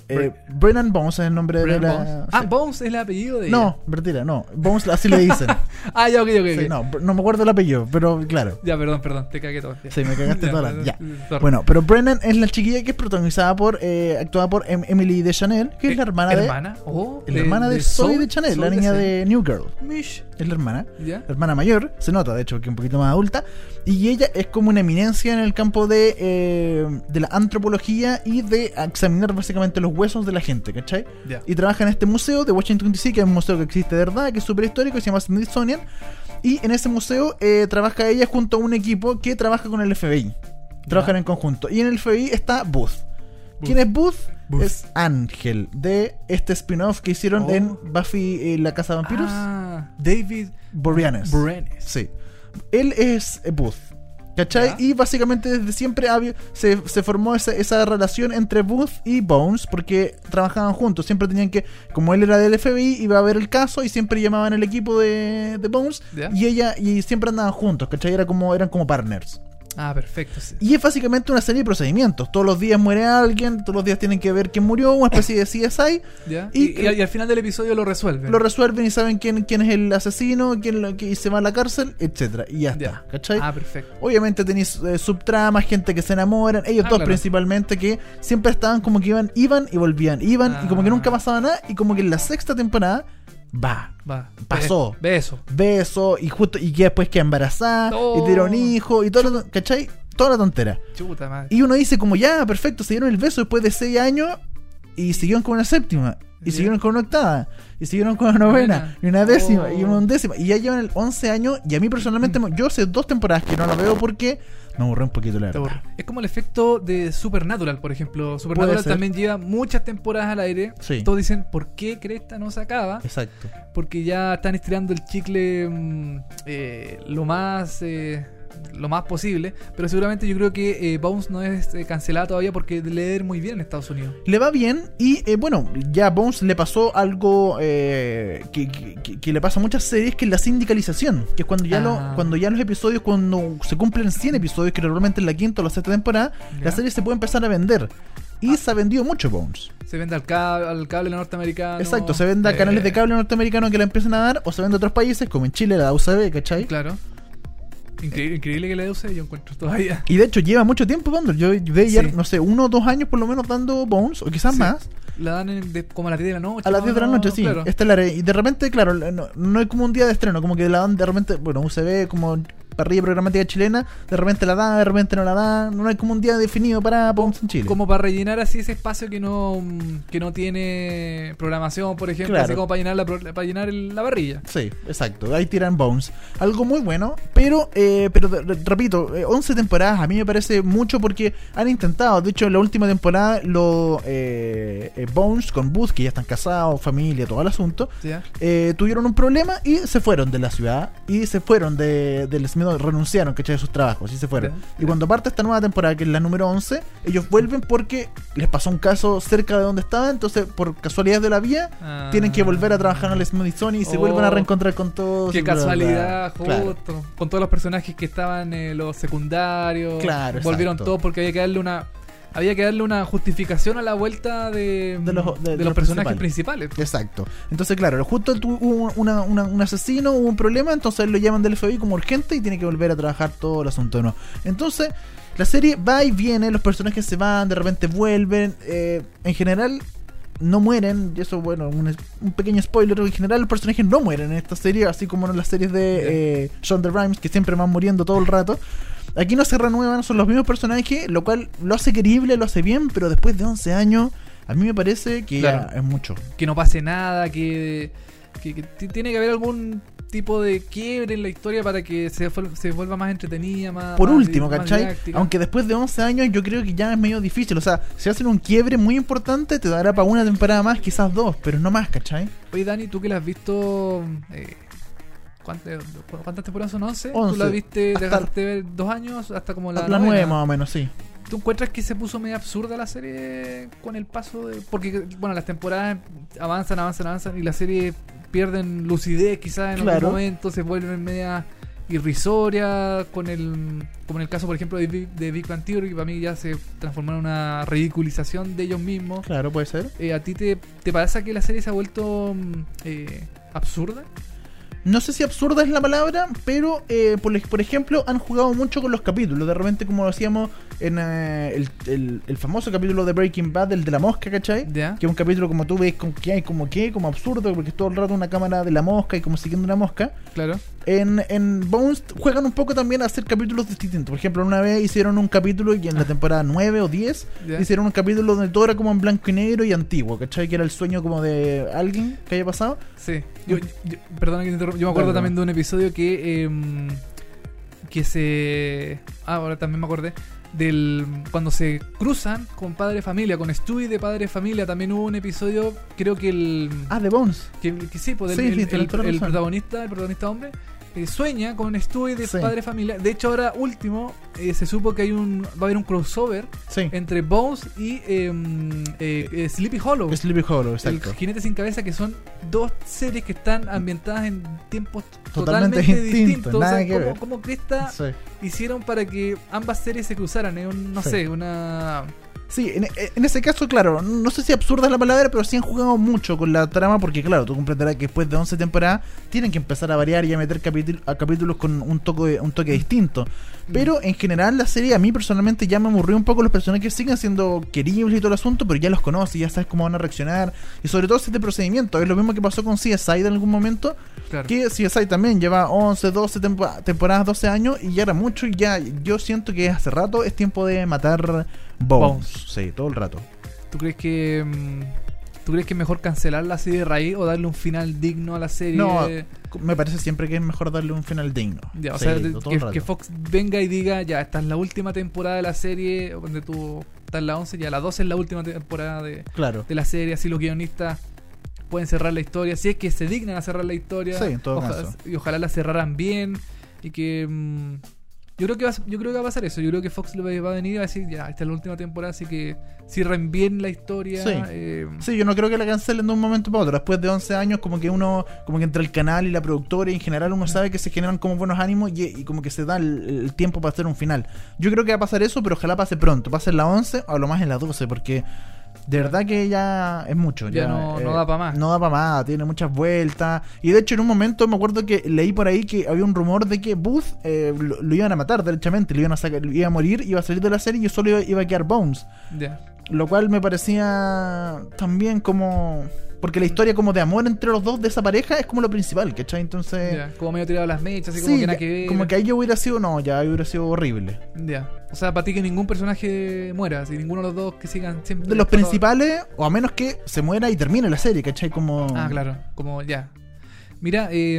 [SPEAKER 2] Eh, Brennan Bones es el nombre
[SPEAKER 3] Brennan
[SPEAKER 2] de la...
[SPEAKER 3] Bones.
[SPEAKER 2] sí.
[SPEAKER 3] Ah, Bones es el apellido de. ella.
[SPEAKER 2] No, mentira, no. Bones así le dicen.
[SPEAKER 3] (laughs) Ah, ya, ok, ok.
[SPEAKER 2] Sí,
[SPEAKER 3] ok.
[SPEAKER 2] no, no me acuerdo el apellido, pero claro.
[SPEAKER 3] Ya, perdón, perdón, te cagué todo. (laughs) Ya.
[SPEAKER 2] Sí, me cagaste toda la-
[SPEAKER 3] perdón,
[SPEAKER 2] ya.
[SPEAKER 3] sorry.
[SPEAKER 2] Bueno, pero Brennan es la chiquilla que es protagonizada por, eh, actuada por Em- Emily de Chanel, que es la Eh, hermana de,
[SPEAKER 3] ¿Hermana? Oh,
[SPEAKER 2] la hermana de, Zoe de Chanel, la
[SPEAKER 3] Zoe
[SPEAKER 2] niña
[SPEAKER 3] Chanel.
[SPEAKER 2] de New Girl.
[SPEAKER 3] Mish.
[SPEAKER 2] Es la hermana,
[SPEAKER 3] ¿Ya?
[SPEAKER 2] la hermana mayor, se nota de hecho que un poquito más adulta, y ella es como una eminencia en el campo de, eh, de la antropología y de examinar básicamente los huesos de la gente, ¿cachai?
[SPEAKER 3] Ya.
[SPEAKER 2] y trabaja en este museo de Washington DC, que es un museo que existe de verdad, que es súper histórico, se llama Smithsonian. Y en ese museo eh, trabaja ella junto a un equipo que trabaja con el FBI. Trabajan en conjunto. Y en el FBI está Booth. ¿Quién es Booth?
[SPEAKER 3] Booth.
[SPEAKER 2] Es Ángel, de este spin-off que hicieron
[SPEAKER 3] Oh.
[SPEAKER 2] en Buffy eh, la Casa de Vampiros.
[SPEAKER 3] Ah, David
[SPEAKER 2] Boreanaz.
[SPEAKER 3] Brenes.
[SPEAKER 2] Sí. Él es eh, Booth. ¿Cachai?
[SPEAKER 3] Ya.
[SPEAKER 2] Y básicamente desde siempre había- se, se formó esa, esa relación entre Booth y Bones porque trabajaban juntos. Siempre tenían que, como él era del FBI, iba a ver el caso y siempre llamaban al equipo de, de Bones
[SPEAKER 3] Ya.
[SPEAKER 2] y ella y siempre andaban juntos, ¿cachai? Era como, eran como partners.
[SPEAKER 3] Ah, perfecto. sí.
[SPEAKER 2] Y es básicamente una serie de procedimientos. Todos los días muere alguien, todos los días tienen que ver quién murió, una especie de CSI.
[SPEAKER 3] ¿Ya?
[SPEAKER 2] Y-
[SPEAKER 3] Y, y al- y al final del episodio lo resuelven.
[SPEAKER 2] Lo resuelven y saben quién, quién es el asesino, quién lo- y se va a la cárcel, etcétera Y ya está,
[SPEAKER 3] Ya.
[SPEAKER 2] ¿cachai?
[SPEAKER 3] Ah, perfecto.
[SPEAKER 2] Obviamente tenéis eh, subtramas, gente que se enamoran, ellos
[SPEAKER 3] Ah,
[SPEAKER 2] dos
[SPEAKER 3] claro.
[SPEAKER 2] principalmente, que siempre estaban como que iban, iban y volvían, iban y como que
[SPEAKER 3] Ah.
[SPEAKER 2] nunca pasaba nada, y como que en la sexta temporada va.
[SPEAKER 3] Va.
[SPEAKER 2] Pasó.
[SPEAKER 3] Ve, ve eso.
[SPEAKER 2] Beso, y justo, y que después queda embarazada,
[SPEAKER 3] No.
[SPEAKER 2] y tiene un hijo, y todo lo, ¿cachai? Toda la tontera.
[SPEAKER 3] Chuta madre.
[SPEAKER 2] Y uno dice como, ya, perfecto, se dieron el beso después de seis años, y siguieron con una séptima, y
[SPEAKER 3] Ya.
[SPEAKER 2] siguieron con una octava, y siguieron con una novena,
[SPEAKER 3] Novena.
[SPEAKER 2] y una décima, y una
[SPEAKER 3] Oh. Mm.
[SPEAKER 2] undécima, y ya llevan el 11 años, y a mí personalmente, yo hace dos temporadas que no la veo porque me aburrió un poquito la
[SPEAKER 3] Te
[SPEAKER 2] verdad.
[SPEAKER 3] aburre. Es como el efecto de Supernatural, por ejemplo. Supernatural
[SPEAKER 2] ser.
[SPEAKER 3] también lleva muchas temporadas al aire.
[SPEAKER 2] Sí.
[SPEAKER 3] Todos dicen, ¿por qué Cresta no se acaba?
[SPEAKER 2] Exacto.
[SPEAKER 3] porque ya están estirando el chicle mm, eh, lo más eh, lo más posible. Pero seguramente yo creo que eh, Bones no es eh, cancelada todavía porque le va muy bien en Estados Unidos.
[SPEAKER 2] Le va bien y eh, bueno, ya a Bones le pasó algo eh, que, que- que- que le pasa a muchas series, que es la sindicalización, que es cuando ya,
[SPEAKER 3] Ah.
[SPEAKER 2] lo, cuando ya los episodios, cuando se cumplen 100 episodios, que normalmente es la quinta o la sexta temporada,
[SPEAKER 3] Ya. Ah.
[SPEAKER 2] la serie se puede empezar a vender. Y se ha vendido mucho Bones.
[SPEAKER 3] Se vende al cable, al cable norteamericano.
[SPEAKER 2] Exacto, se vende a
[SPEAKER 3] eh,
[SPEAKER 2] canales de cable norteamericano que la empiezan a dar o se vende a otros países como en Chile, la UCB, ¿cachai?
[SPEAKER 3] Claro. Increíble, increíble que la use, yo encuentro todavía.
[SPEAKER 2] Y de hecho lleva mucho tiempo dando. Yo de
[SPEAKER 3] Sí.
[SPEAKER 2] ayer, no sé, uno o dos años por lo menos dando Bones, o quizás
[SPEAKER 3] Sí.
[SPEAKER 2] más.
[SPEAKER 3] La dan en- de- como a las 10 de la noche.
[SPEAKER 2] A las
[SPEAKER 3] más
[SPEAKER 2] 10 de la
[SPEAKER 3] o menos,
[SPEAKER 2] noche, sí.
[SPEAKER 3] claro.
[SPEAKER 2] Esta es la re- y de repente, claro, no, no hay como un día de estreno, como que la dan de repente, bueno, UCB como parrilla programática chilena, de repente la da, de repente no la da, no hay como un día definido para Bones en Chile.
[SPEAKER 3] Como para rellenar así ese espacio que no, mm, que no tiene programación, por ejemplo,
[SPEAKER 2] Claro.
[SPEAKER 3] así como para llenar la, pro- para llenar el- la barrilla.
[SPEAKER 2] Sí, exacto, ahí tiran Bones. Algo muy bueno, pero, eh, pero de- de- repito, eh, 11 temporadas a mí me parece mucho porque han intentado, de hecho en la última temporada, lo, eh, eh, Bones con Booth, que ya están casados, familia, todo el asunto,
[SPEAKER 3] ¿Ya?
[SPEAKER 2] eh, tuvieron un problema y se fueron de la ciudad y se fueron de, del Smith, renunciaron, ¿cachai? De sus trabajos y se fueron.
[SPEAKER 3] Ya,
[SPEAKER 2] Y cuando parte esta nueva temporada, que es la número 11, ellos vuelven porque les pasó un caso cerca de donde estaban, entonces por casualidad de la vía,
[SPEAKER 3] Ah.
[SPEAKER 2] tienen que volver a trabajar al Smith Sony y se
[SPEAKER 3] Oh,
[SPEAKER 2] vuelven a reencontrar con todos. y
[SPEAKER 3] Qué
[SPEAKER 2] bla, bla, bla.
[SPEAKER 3] casualidad, justo.
[SPEAKER 2] Claro.
[SPEAKER 3] Con todos los personajes que estaban eh, los secundarios.
[SPEAKER 2] Claro,
[SPEAKER 3] volvieron
[SPEAKER 2] exacto.
[SPEAKER 3] todos porque había que darle una. Había que darle una justificación a la vuelta de,
[SPEAKER 2] De los- de- de
[SPEAKER 3] de los
[SPEAKER 2] los
[SPEAKER 3] personajes principales.
[SPEAKER 2] Exacto. Entonces, claro, justo tu- hubo una- una- un asesino, hubo un problema, entonces lo llaman del FBI como urgente y tiene que volver a trabajar todo el asunto de nuevo. Entonces, la serie va y viene, los personajes se van, de repente vuelven, eh, en general no mueren, y eso bueno, un, un pequeño spoiler, en general los personajes no mueren en esta serie, así como en las series de eh, Shonda Rhimes, que siempre van muriendo todo el rato. Aquí no se renuevan, son los mismos personajes, lo cual lo hace creíble, lo hace bien, pero después de 11 años, a mí me parece que ya
[SPEAKER 3] Claro.
[SPEAKER 2] es mucho.
[SPEAKER 3] que no pase nada, que, que- que ti- tiene que haber algún tipo de quiebre en la historia para que se, fol- se vuelva más entretenida, más...
[SPEAKER 2] Por
[SPEAKER 3] más
[SPEAKER 2] último,
[SPEAKER 3] di- más
[SPEAKER 2] ¿cachai?
[SPEAKER 3] didáctica.
[SPEAKER 2] Aunque después de 11 años yo creo que ya es medio difícil. O sea, si hacen un quiebre muy importante, te dará para una temporada más, quizás dos, pero no más, ¿cachai?
[SPEAKER 3] Oye, Dani, tú que la has visto... eh, ¿cuántas, ¿Cuántas temporadas son? 11.
[SPEAKER 2] Once.
[SPEAKER 3] Tú la viste,
[SPEAKER 2] Hasta-
[SPEAKER 3] dejaste ver dos años hasta como la...
[SPEAKER 2] La,
[SPEAKER 3] novena.
[SPEAKER 2] nueve más o menos, sí.
[SPEAKER 3] ¿Tú encuentras que se puso medio absurda la serie con el paso de...? Porque, bueno, las temporadas avanzan, avanzan, avanzan y la serie pierden lucidez quizás en
[SPEAKER 2] Claro.
[SPEAKER 3] algún momento, se vuelven media irrisoria con el... Como en el caso, por ejemplo, de, Big- de Big Bang Theory, que para mí ya se transformó en una ridiculización de ellos mismos.
[SPEAKER 2] Claro, puede ser.
[SPEAKER 3] Eh, ¿A ti te, te pasa que la serie se ha vuelto mm, eh, absurda?
[SPEAKER 2] No sé si absurda es la palabra, pero eh, por, ej- por ejemplo han jugado mucho con los capítulos. De repente, como decíamos en eh, el, el- el famoso capítulo de Breaking Bad, el de la mosca, ¿cachai?
[SPEAKER 3] ¿Ya?
[SPEAKER 2] Que es un capítulo como tú ves, con que hay como que, como absurdo, porque es todo el rato una cámara de la mosca y como siguiendo una mosca.
[SPEAKER 3] Claro.
[SPEAKER 2] En, en Bones juegan un poco también a hacer capítulos distintos. Por ejemplo, una vez hicieron un capítulo y en la temporada 9 o 10
[SPEAKER 3] Ah. ¿Ya?
[SPEAKER 2] hicieron un capítulo donde todo era como en blanco y negro y antiguo, ¿cachai? Que era el sueño como de alguien que haya pasado.
[SPEAKER 3] Sí, yo, yo- perdona que te interrumpa. Yo me acuerdo
[SPEAKER 2] Mm. Dale,
[SPEAKER 3] también de un episodio que. em, que se. Ah, ahora también me acordé. Del. Cuando se cruzan con Padre Familia, con Stewie de Padre Familia. También hubo un episodio, creo que el.
[SPEAKER 2] Ah, de Bones.
[SPEAKER 3] que, que sí, pues, del-
[SPEAKER 2] sí,
[SPEAKER 3] el,
[SPEAKER 2] sí, tenés
[SPEAKER 3] el-
[SPEAKER 2] toda la
[SPEAKER 3] el
[SPEAKER 2] razón.
[SPEAKER 3] protagonista, el protagonista hombre. eh, sueña con Stewie de
[SPEAKER 2] Sí.
[SPEAKER 3] Padre Familia. De hecho, ahora último, eh, se supo que hay un. Va a haber un crossover
[SPEAKER 2] Sí.
[SPEAKER 3] entre Bones y em, eh, eh, Sleepy Hollow.
[SPEAKER 2] Sleepy Hollow,
[SPEAKER 3] El
[SPEAKER 2] exacto.
[SPEAKER 3] Jinete sin Cabeza, que son dos series que están ambientadas en tiempos totalmente,
[SPEAKER 2] Totalmente
[SPEAKER 3] distintos.
[SPEAKER 2] distintos,
[SPEAKER 3] O sea,
[SPEAKER 2] nada que
[SPEAKER 3] ¿cómo,
[SPEAKER 2] ver.
[SPEAKER 3] cómo cresta
[SPEAKER 2] Sí.
[SPEAKER 3] hicieron para que ambas series se cruzaran? Es un- no
[SPEAKER 2] Sí.
[SPEAKER 3] sé, una.
[SPEAKER 2] Sí, en, en ese caso, claro, no sé si absurda es la palabra, pero sí han jugado mucho con la trama, porque claro, tú comprenderás que después de 11 temporadas tienen que empezar a variar y a meter capitul- a capítulos con un toque, un toque distinto. Pero en general la serie a mí personalmente ya me aburrió un poco, los personajes siguen siendo queribles y todo el asunto, pero ya los conoces, ya sabes cómo van a reaccionar, y sobre todo este procedimiento, es lo mismo que pasó con CSI en algún momento,
[SPEAKER 3] Claro.
[SPEAKER 2] que CSI también lleva 11, 12 tempo- temporadas, 12 años y ya era mucho y ya yo siento que hace rato es tiempo de matar Bones.
[SPEAKER 3] Bones.
[SPEAKER 2] Sí, todo el rato.
[SPEAKER 3] ¿Tú crees que. mm, ¿Tú crees que es mejor cancelarla así de raíz o darle un final digno a la serie?
[SPEAKER 2] No, Me parece siempre que es mejor darle un final digno.
[SPEAKER 3] Ya, o
[SPEAKER 2] Sí,
[SPEAKER 3] sea, de-
[SPEAKER 2] todo el
[SPEAKER 3] que,
[SPEAKER 2] rato.
[SPEAKER 3] que Fox venga y diga, ya, esta es la última temporada de la serie, donde tú estás en la 11, ya la 12 es la última temporada de,
[SPEAKER 2] Claro.
[SPEAKER 3] de la serie, así los guionistas pueden cerrar la historia, si es que se dignan a cerrar la historia.
[SPEAKER 2] Sí, en todo
[SPEAKER 3] Oja-
[SPEAKER 2] caso.
[SPEAKER 3] Y ojalá la cerraran bien y que mm, Yo creo, que va, a- yo creo que va a pasar eso. Yo creo que Fox lo va va a venir y va a decir, ya, esta es la última temporada, así que cierren bien la historia.
[SPEAKER 2] Sí.
[SPEAKER 3] eh,
[SPEAKER 2] Sí, yo no creo que la cancelen de un momento para otro. Después de 11 años, como que uno, como que entre el canal y la productora y en general uno sabe que se generan como buenos ánimos y, y como que se da el, el tiempo para hacer un final. Yo creo que va a pasar eso, pero ojalá pase pronto. Pase en la 11 o a lo más en la 12, porque de verdad que ya es mucho.
[SPEAKER 3] Ya no- no da pa' más.
[SPEAKER 2] No da para más, tiene muchas vueltas. Y de hecho, en un momento me acuerdo que leí por ahí que había un rumor de que Booth eh, lo, lo iban a matar derechamente, lo iban a sacar, iba a morir, iba a salir de la serie y solo iba- iba a quedar Bones.
[SPEAKER 3] ya.
[SPEAKER 2] Lo cual me parecía también como. Porque la historia como de amor entre los dos de esa pareja es como lo principal, ¿cachai? Entonces.
[SPEAKER 3] ya. Como medio tirado a las mechas, así
[SPEAKER 2] Eh, sí,
[SPEAKER 3] como que nada
[SPEAKER 2] ya-
[SPEAKER 3] que ver.
[SPEAKER 2] como que ahí yo hubiera sido. No, ya ahí hubiera sido horrible.
[SPEAKER 3] Ya. O sea, para ti que ningún personaje muera, si ninguno de los dos que sigan siempre.
[SPEAKER 2] De los
[SPEAKER 3] por-
[SPEAKER 2] principales, o a menos que se muera y termine la serie, ¿cachai? Como.
[SPEAKER 3] Ah, claro. Como ya. Mira, eh,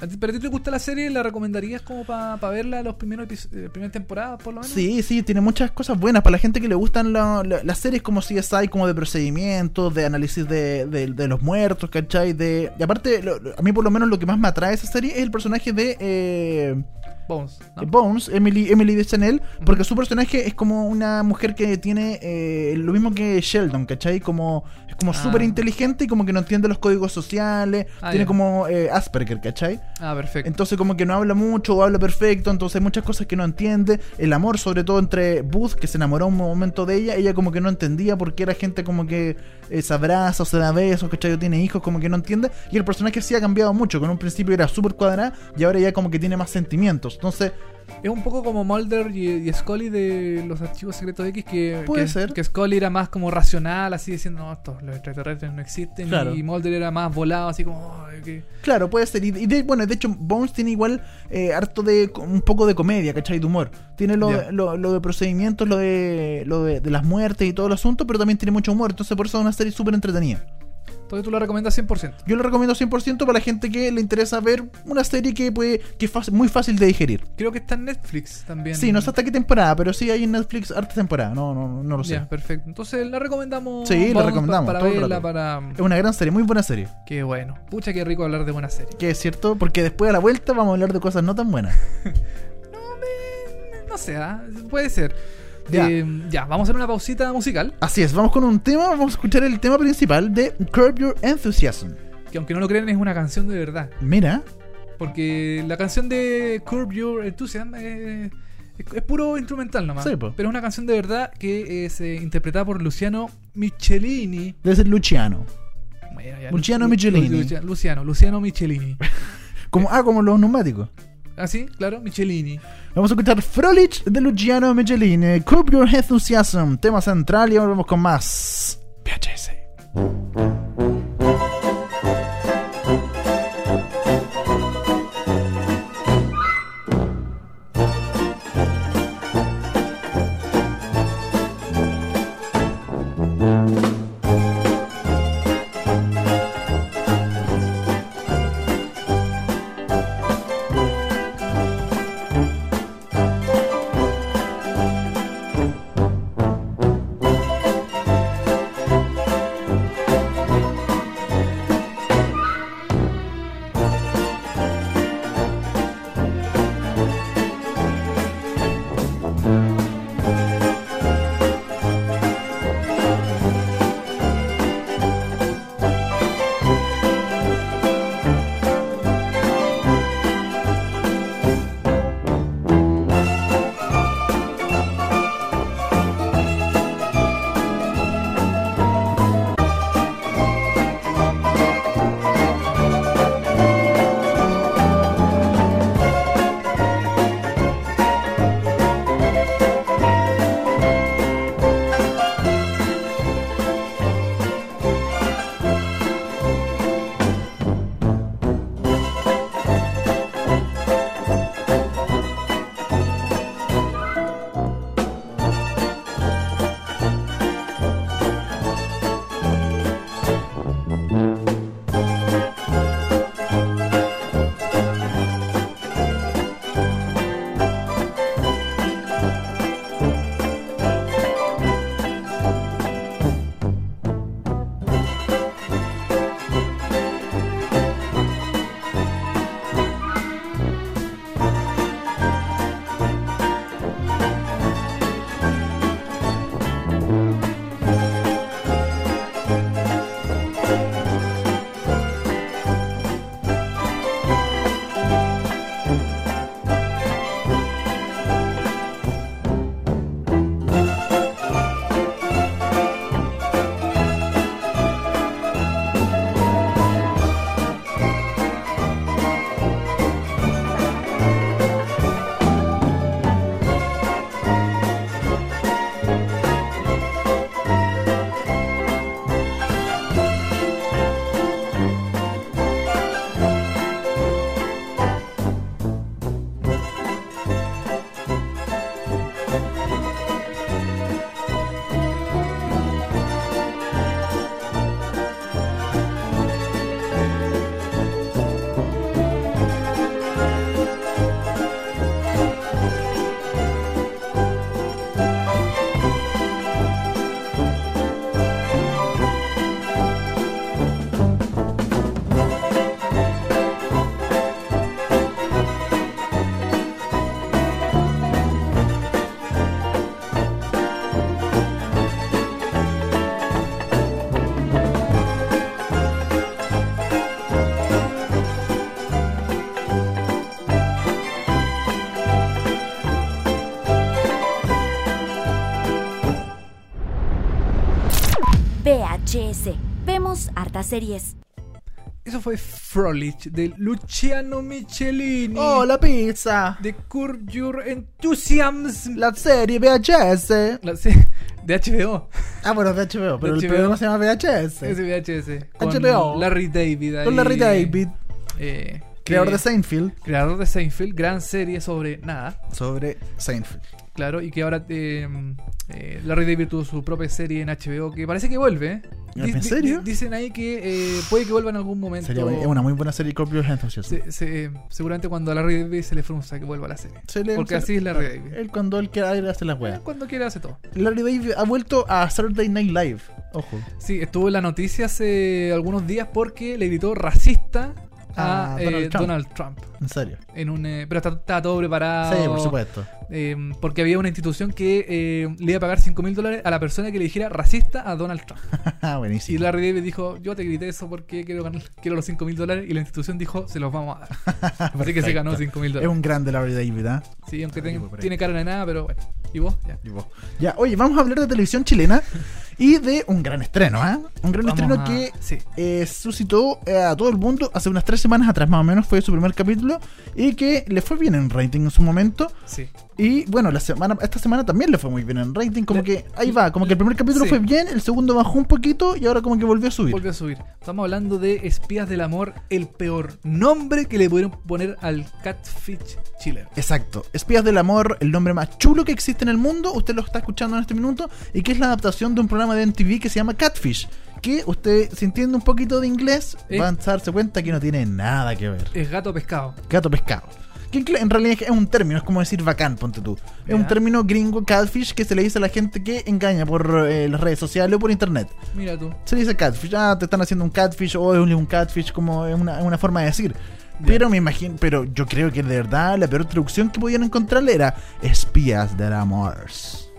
[SPEAKER 3] ¿a ti- ¿pero a ti te gusta la serie? ¿La recomendarías como para verla los primeros episodios, primeras temporadas, por lo menos?
[SPEAKER 2] Sí, sí, tiene muchas cosas buenas para la gente que le gustan la- la- las series como CSI, como de procedimientos, de análisis de, de- de los muertos, ¿cachai? De, y aparte, lo- lo- a mí por lo menos lo que más me atrae de esa serie es el personaje de... eh,
[SPEAKER 3] Bones, ¿no?
[SPEAKER 2] Eh, Bones, Emily, Emily de Chanel, porque su personaje es como una mujer que tiene eh, lo mismo que Sheldon, ¿cachai? Como, es como
[SPEAKER 3] Ah.
[SPEAKER 2] súper inteligente y como que no entiende los códigos sociales,
[SPEAKER 3] Ah,
[SPEAKER 2] tiene
[SPEAKER 3] ya.
[SPEAKER 2] como eh, Asperger, ¿cachai?
[SPEAKER 3] Ah, perfecto.
[SPEAKER 2] Entonces como que no habla mucho o habla perfecto, entonces hay muchas cosas que no entiende, el amor sobre todo entre Booth, que se enamoró un momento de ella, ella como que no entendía porque era gente como que eh, se abraza o se da besos, ¿cachai? O tiene hijos, como que no entiende, y el personaje sí ha cambiado mucho, que en un principio era súper cuadrada y ahora ya como que tiene más sentimientos, entonces...
[SPEAKER 3] Es un poco como Mulder y, y Scully de los archivos secretos X, que,
[SPEAKER 2] Puede
[SPEAKER 3] que,
[SPEAKER 2] ser.
[SPEAKER 3] que Scully era más como racional, así diciendo, no, estos, los extraterrestres no existen,
[SPEAKER 2] Claro.
[SPEAKER 3] y Mulder era más volado, así como, "Ay, que-".
[SPEAKER 2] Claro, puede ser. Y y de, bueno, de hecho, Bones tiene igual eh, harto de un poco de comedia, ¿cachai? De humor. Tiene lo,
[SPEAKER 3] Ya.
[SPEAKER 2] lo, lo de procedimientos, lo, de, lo de, de las muertes y todo el asunto, pero también tiene mucho humor. Entonces, por eso es una serie súper entretenida.
[SPEAKER 3] Entonces tú lo recomiendas 100%.
[SPEAKER 2] Yo lo recomiendo 100% para la gente que le interesa ver una serie que, puede, que es fácil- muy fácil de digerir.
[SPEAKER 3] Creo que está en Netflix también.
[SPEAKER 2] Sí, no sé hasta qué temporada, pero sí hay en Netflix harta temporada. No, no, no lo sé.
[SPEAKER 3] Ya, perfecto. Entonces la recomendamos.
[SPEAKER 2] Sí, la
[SPEAKER 3] Bones,
[SPEAKER 2] recomendamos,
[SPEAKER 3] Para,
[SPEAKER 2] todo el
[SPEAKER 3] verla,
[SPEAKER 2] rato.
[SPEAKER 3] para...
[SPEAKER 2] Es una gran serie, muy buena serie.
[SPEAKER 3] Qué bueno. Pucha, qué rico hablar de buenas series.
[SPEAKER 2] Que es cierto, porque después a la vuelta vamos a hablar de cosas no tan buenas.
[SPEAKER 3] No sé, ¿ah? puede ser.
[SPEAKER 2] Ya.
[SPEAKER 3] Eh, ya, vamos a hacer una pausita musical.
[SPEAKER 2] Así es, vamos con un tema, vamos a escuchar el tema principal de Curb Your Enthusiasm.
[SPEAKER 3] Que aunque no lo crean, es una canción de verdad.
[SPEAKER 2] Mira,
[SPEAKER 3] Porque la canción de Curb Your Enthusiasm eh, es, es puro instrumental nomás.
[SPEAKER 2] Sí, po.
[SPEAKER 3] Pero es una canción de verdad que es eh, interpretada por Luciano Michelini.
[SPEAKER 2] debe ser Luciano.
[SPEAKER 3] Bueno, ya,
[SPEAKER 2] Luciano
[SPEAKER 3] Lu-
[SPEAKER 2] Michelini.
[SPEAKER 3] Lu- Lucia- Luciano, Luciano Michelini.
[SPEAKER 2] Como, ah, como los neumáticos.
[SPEAKER 3] ¿Ah, sí? Claro, Michelini.
[SPEAKER 2] Vamos a escuchar Frolich de Luciano Michelin, eh, Curb Your Enthusiasm, tema central y ahora vamos con más. VHS.
[SPEAKER 1] Vemos hartas series.
[SPEAKER 3] Eso fue Frolich de Luciano Michelini.
[SPEAKER 2] ¡Oh, la pizza!
[SPEAKER 3] De Curb Your Enthusiasm.
[SPEAKER 2] La serie VHS.
[SPEAKER 3] La- sí, de HBO.
[SPEAKER 2] Ah, bueno, es de HBO, pero
[SPEAKER 3] De
[SPEAKER 2] el
[SPEAKER 3] HBO.
[SPEAKER 2] programa se llama VHS.
[SPEAKER 3] Es de VHS. Con
[SPEAKER 2] HBO.
[SPEAKER 3] Larry David. ahí,
[SPEAKER 2] Con Larry David,
[SPEAKER 3] eh, que-
[SPEAKER 2] creador de Seinfeld.
[SPEAKER 3] creador de Seinfeld. Gran serie sobre nada.
[SPEAKER 2] Sobre Seinfeld.
[SPEAKER 3] Claro, y que ahora eh, eh, Larry David tuvo su propia serie en HBO que parece que vuelve. ¿eh?
[SPEAKER 2] ¿En
[SPEAKER 3] Di- di-
[SPEAKER 2] serio?
[SPEAKER 3] di- dicen ahí que eh, puede que vuelva en algún momento.
[SPEAKER 2] Sería buena- es una muy buena serie, Corpio Enthusiasm.
[SPEAKER 3] Se- se- seguramente cuando a Larry David se le frunza que vuelva a la serie.
[SPEAKER 2] Se le-
[SPEAKER 3] Porque
[SPEAKER 2] se-
[SPEAKER 3] así es Larry David.
[SPEAKER 2] Él cuando él quiera él hace las weas.
[SPEAKER 3] Cuando quiera hace todo.
[SPEAKER 2] Larry David ha vuelto a Saturday Night Live. Ojo.
[SPEAKER 3] Sí, estuvo en la noticia hace algunos días porque le gritó racista
[SPEAKER 2] Ah,
[SPEAKER 3] a eh,
[SPEAKER 2] Donald
[SPEAKER 3] Donald,
[SPEAKER 2] Trump.
[SPEAKER 3] Trump.
[SPEAKER 2] En serio.
[SPEAKER 3] En un, eh, pero está- estaba todo preparado.
[SPEAKER 2] Sí, por supuesto. (laughs)
[SPEAKER 3] eh, porque había una institución que eh, le iba a pagar 5 mil dólares a la persona que le dijera racista a Donald Trump.
[SPEAKER 2] Ah,
[SPEAKER 3] Y
[SPEAKER 2] Buenísimo.
[SPEAKER 3] Larry David dijo, yo te grité eso porque quiero, ganar- quiero los 5 mil dólares. Y la institución dijo, se los vamos a dar.
[SPEAKER 2] (laughs)
[SPEAKER 3] Así que se
[SPEAKER 2] Perfecto.
[SPEAKER 3] ganó 5 mil
[SPEAKER 2] Es
[SPEAKER 3] dólares.
[SPEAKER 2] un grande Larry David, ¿ah?
[SPEAKER 3] Sí, aunque ten-
[SPEAKER 2] tipo por ahí.
[SPEAKER 3] tiene cara de nada, pero bueno. ¿Y vos? Ya.
[SPEAKER 2] Ya, oye, vamos a hablar de televisión chilena y de un gran estreno, ¿ah? Un gran
[SPEAKER 3] Vamos
[SPEAKER 2] estreno
[SPEAKER 3] a-
[SPEAKER 2] que
[SPEAKER 3] Sí.
[SPEAKER 2] eh, suscitó eh, a todo el mundo hace unas tres semanas atrás, más o menos, fue su primer capítulo y que le fue bien en rating en su momento.
[SPEAKER 3] Sí.
[SPEAKER 2] Y bueno, la semana, esta semana también le fue muy bien en rating, como
[SPEAKER 3] Le-
[SPEAKER 2] que ahí va, como que el primer capítulo
[SPEAKER 3] Sí.
[SPEAKER 2] fue bien, el segundo bajó un poquito y ahora como que volvió a subir.
[SPEAKER 3] Volvió a subir. Estamos hablando de Espías del Amor, el peor nombre que le pudieron poner al Catfish chileno.
[SPEAKER 2] Exacto. Espías del Amor, el nombre más chulo que existe en el mundo, usted lo está escuchando en este minuto, y que es la adaptación de un programa de MTV que se llama Catfish, que usted, si entiende un poquito de inglés,
[SPEAKER 3] Eh.
[SPEAKER 2] va a darse cuenta que no tiene nada que ver.
[SPEAKER 3] Es gato pescado.
[SPEAKER 2] Gato pescado. Que en cl- en realidad es un término, es como decir bacán, ponte tú. Es un
[SPEAKER 3] Ya.
[SPEAKER 2] término gringo, catfish, que se le dice a la gente que engaña por eh, las redes sociales o por internet.
[SPEAKER 3] Mira tú.
[SPEAKER 2] Se le dice catfish, ah, te están haciendo un catfish o es un- un catfish, como es una, es una forma de decir. Pero me imagino, pero yo creo que de verdad la peor traducción que podían encontrar era espías del amor.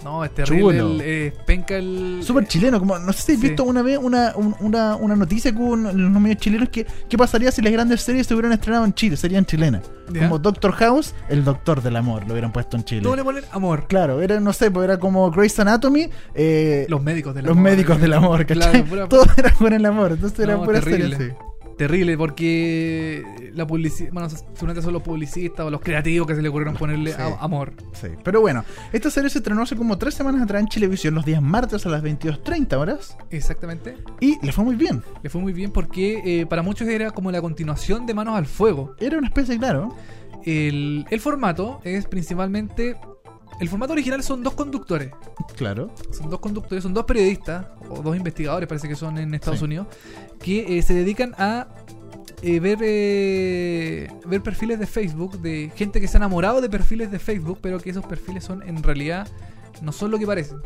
[SPEAKER 3] No, es terrible.
[SPEAKER 2] Chulo.
[SPEAKER 3] el, eh, penca el. eh,
[SPEAKER 2] Súper chileno, como no sé si has
[SPEAKER 3] Sí.
[SPEAKER 2] visto una vez una, un- una, una noticia con los medios chilenos que qué pasaría si las grandes series se hubieran estrenado en Chile, serían chilenas.
[SPEAKER 3] Ya.
[SPEAKER 2] Como Doctor House, el doctor del amor, lo hubieran puesto en
[SPEAKER 3] ¿Cómo
[SPEAKER 2] Chile.
[SPEAKER 3] le ponen amor?
[SPEAKER 2] Claro, era, no sé, pues era como Grey's Anatomy, eh, los,
[SPEAKER 3] Los médicos del amor.
[SPEAKER 2] médicos del amor, ¿cachai?
[SPEAKER 3] Claro, pura-
[SPEAKER 2] Todo era por el amor, entonces era
[SPEAKER 3] No,
[SPEAKER 2] pura
[SPEAKER 3] terrible.
[SPEAKER 2] serie, sí.
[SPEAKER 3] Terrible, porque la publicidad. Bueno, seguramente son los publicistas o los creativos que se le ocurrieron ponerle
[SPEAKER 2] Sí.
[SPEAKER 3] a- amor.
[SPEAKER 2] Sí, pero bueno, esta serie se estrenó hace como tres semanas atrás en Chilevisión, los días martes a las 22.30 horas,
[SPEAKER 3] Exactamente.
[SPEAKER 2] y le fue muy bien.
[SPEAKER 3] Le fue muy bien porque eh, para muchos era como la continuación de Manos al Fuego.
[SPEAKER 2] Era una especie, claro,
[SPEAKER 3] El, el formato es principalmente. El formato original son dos conductores.
[SPEAKER 2] claro,
[SPEAKER 3] Son dos conductores, son dos periodistas, o dos investigadores, parece que son en Estados
[SPEAKER 2] Sí.
[SPEAKER 3] Unidos, que eh, se dedican a eh, ver, eh, ver perfiles de Facebook, de gente que se ha enamorado de perfiles de Facebook, pero que esos perfiles son en realidad. No son lo que parecen.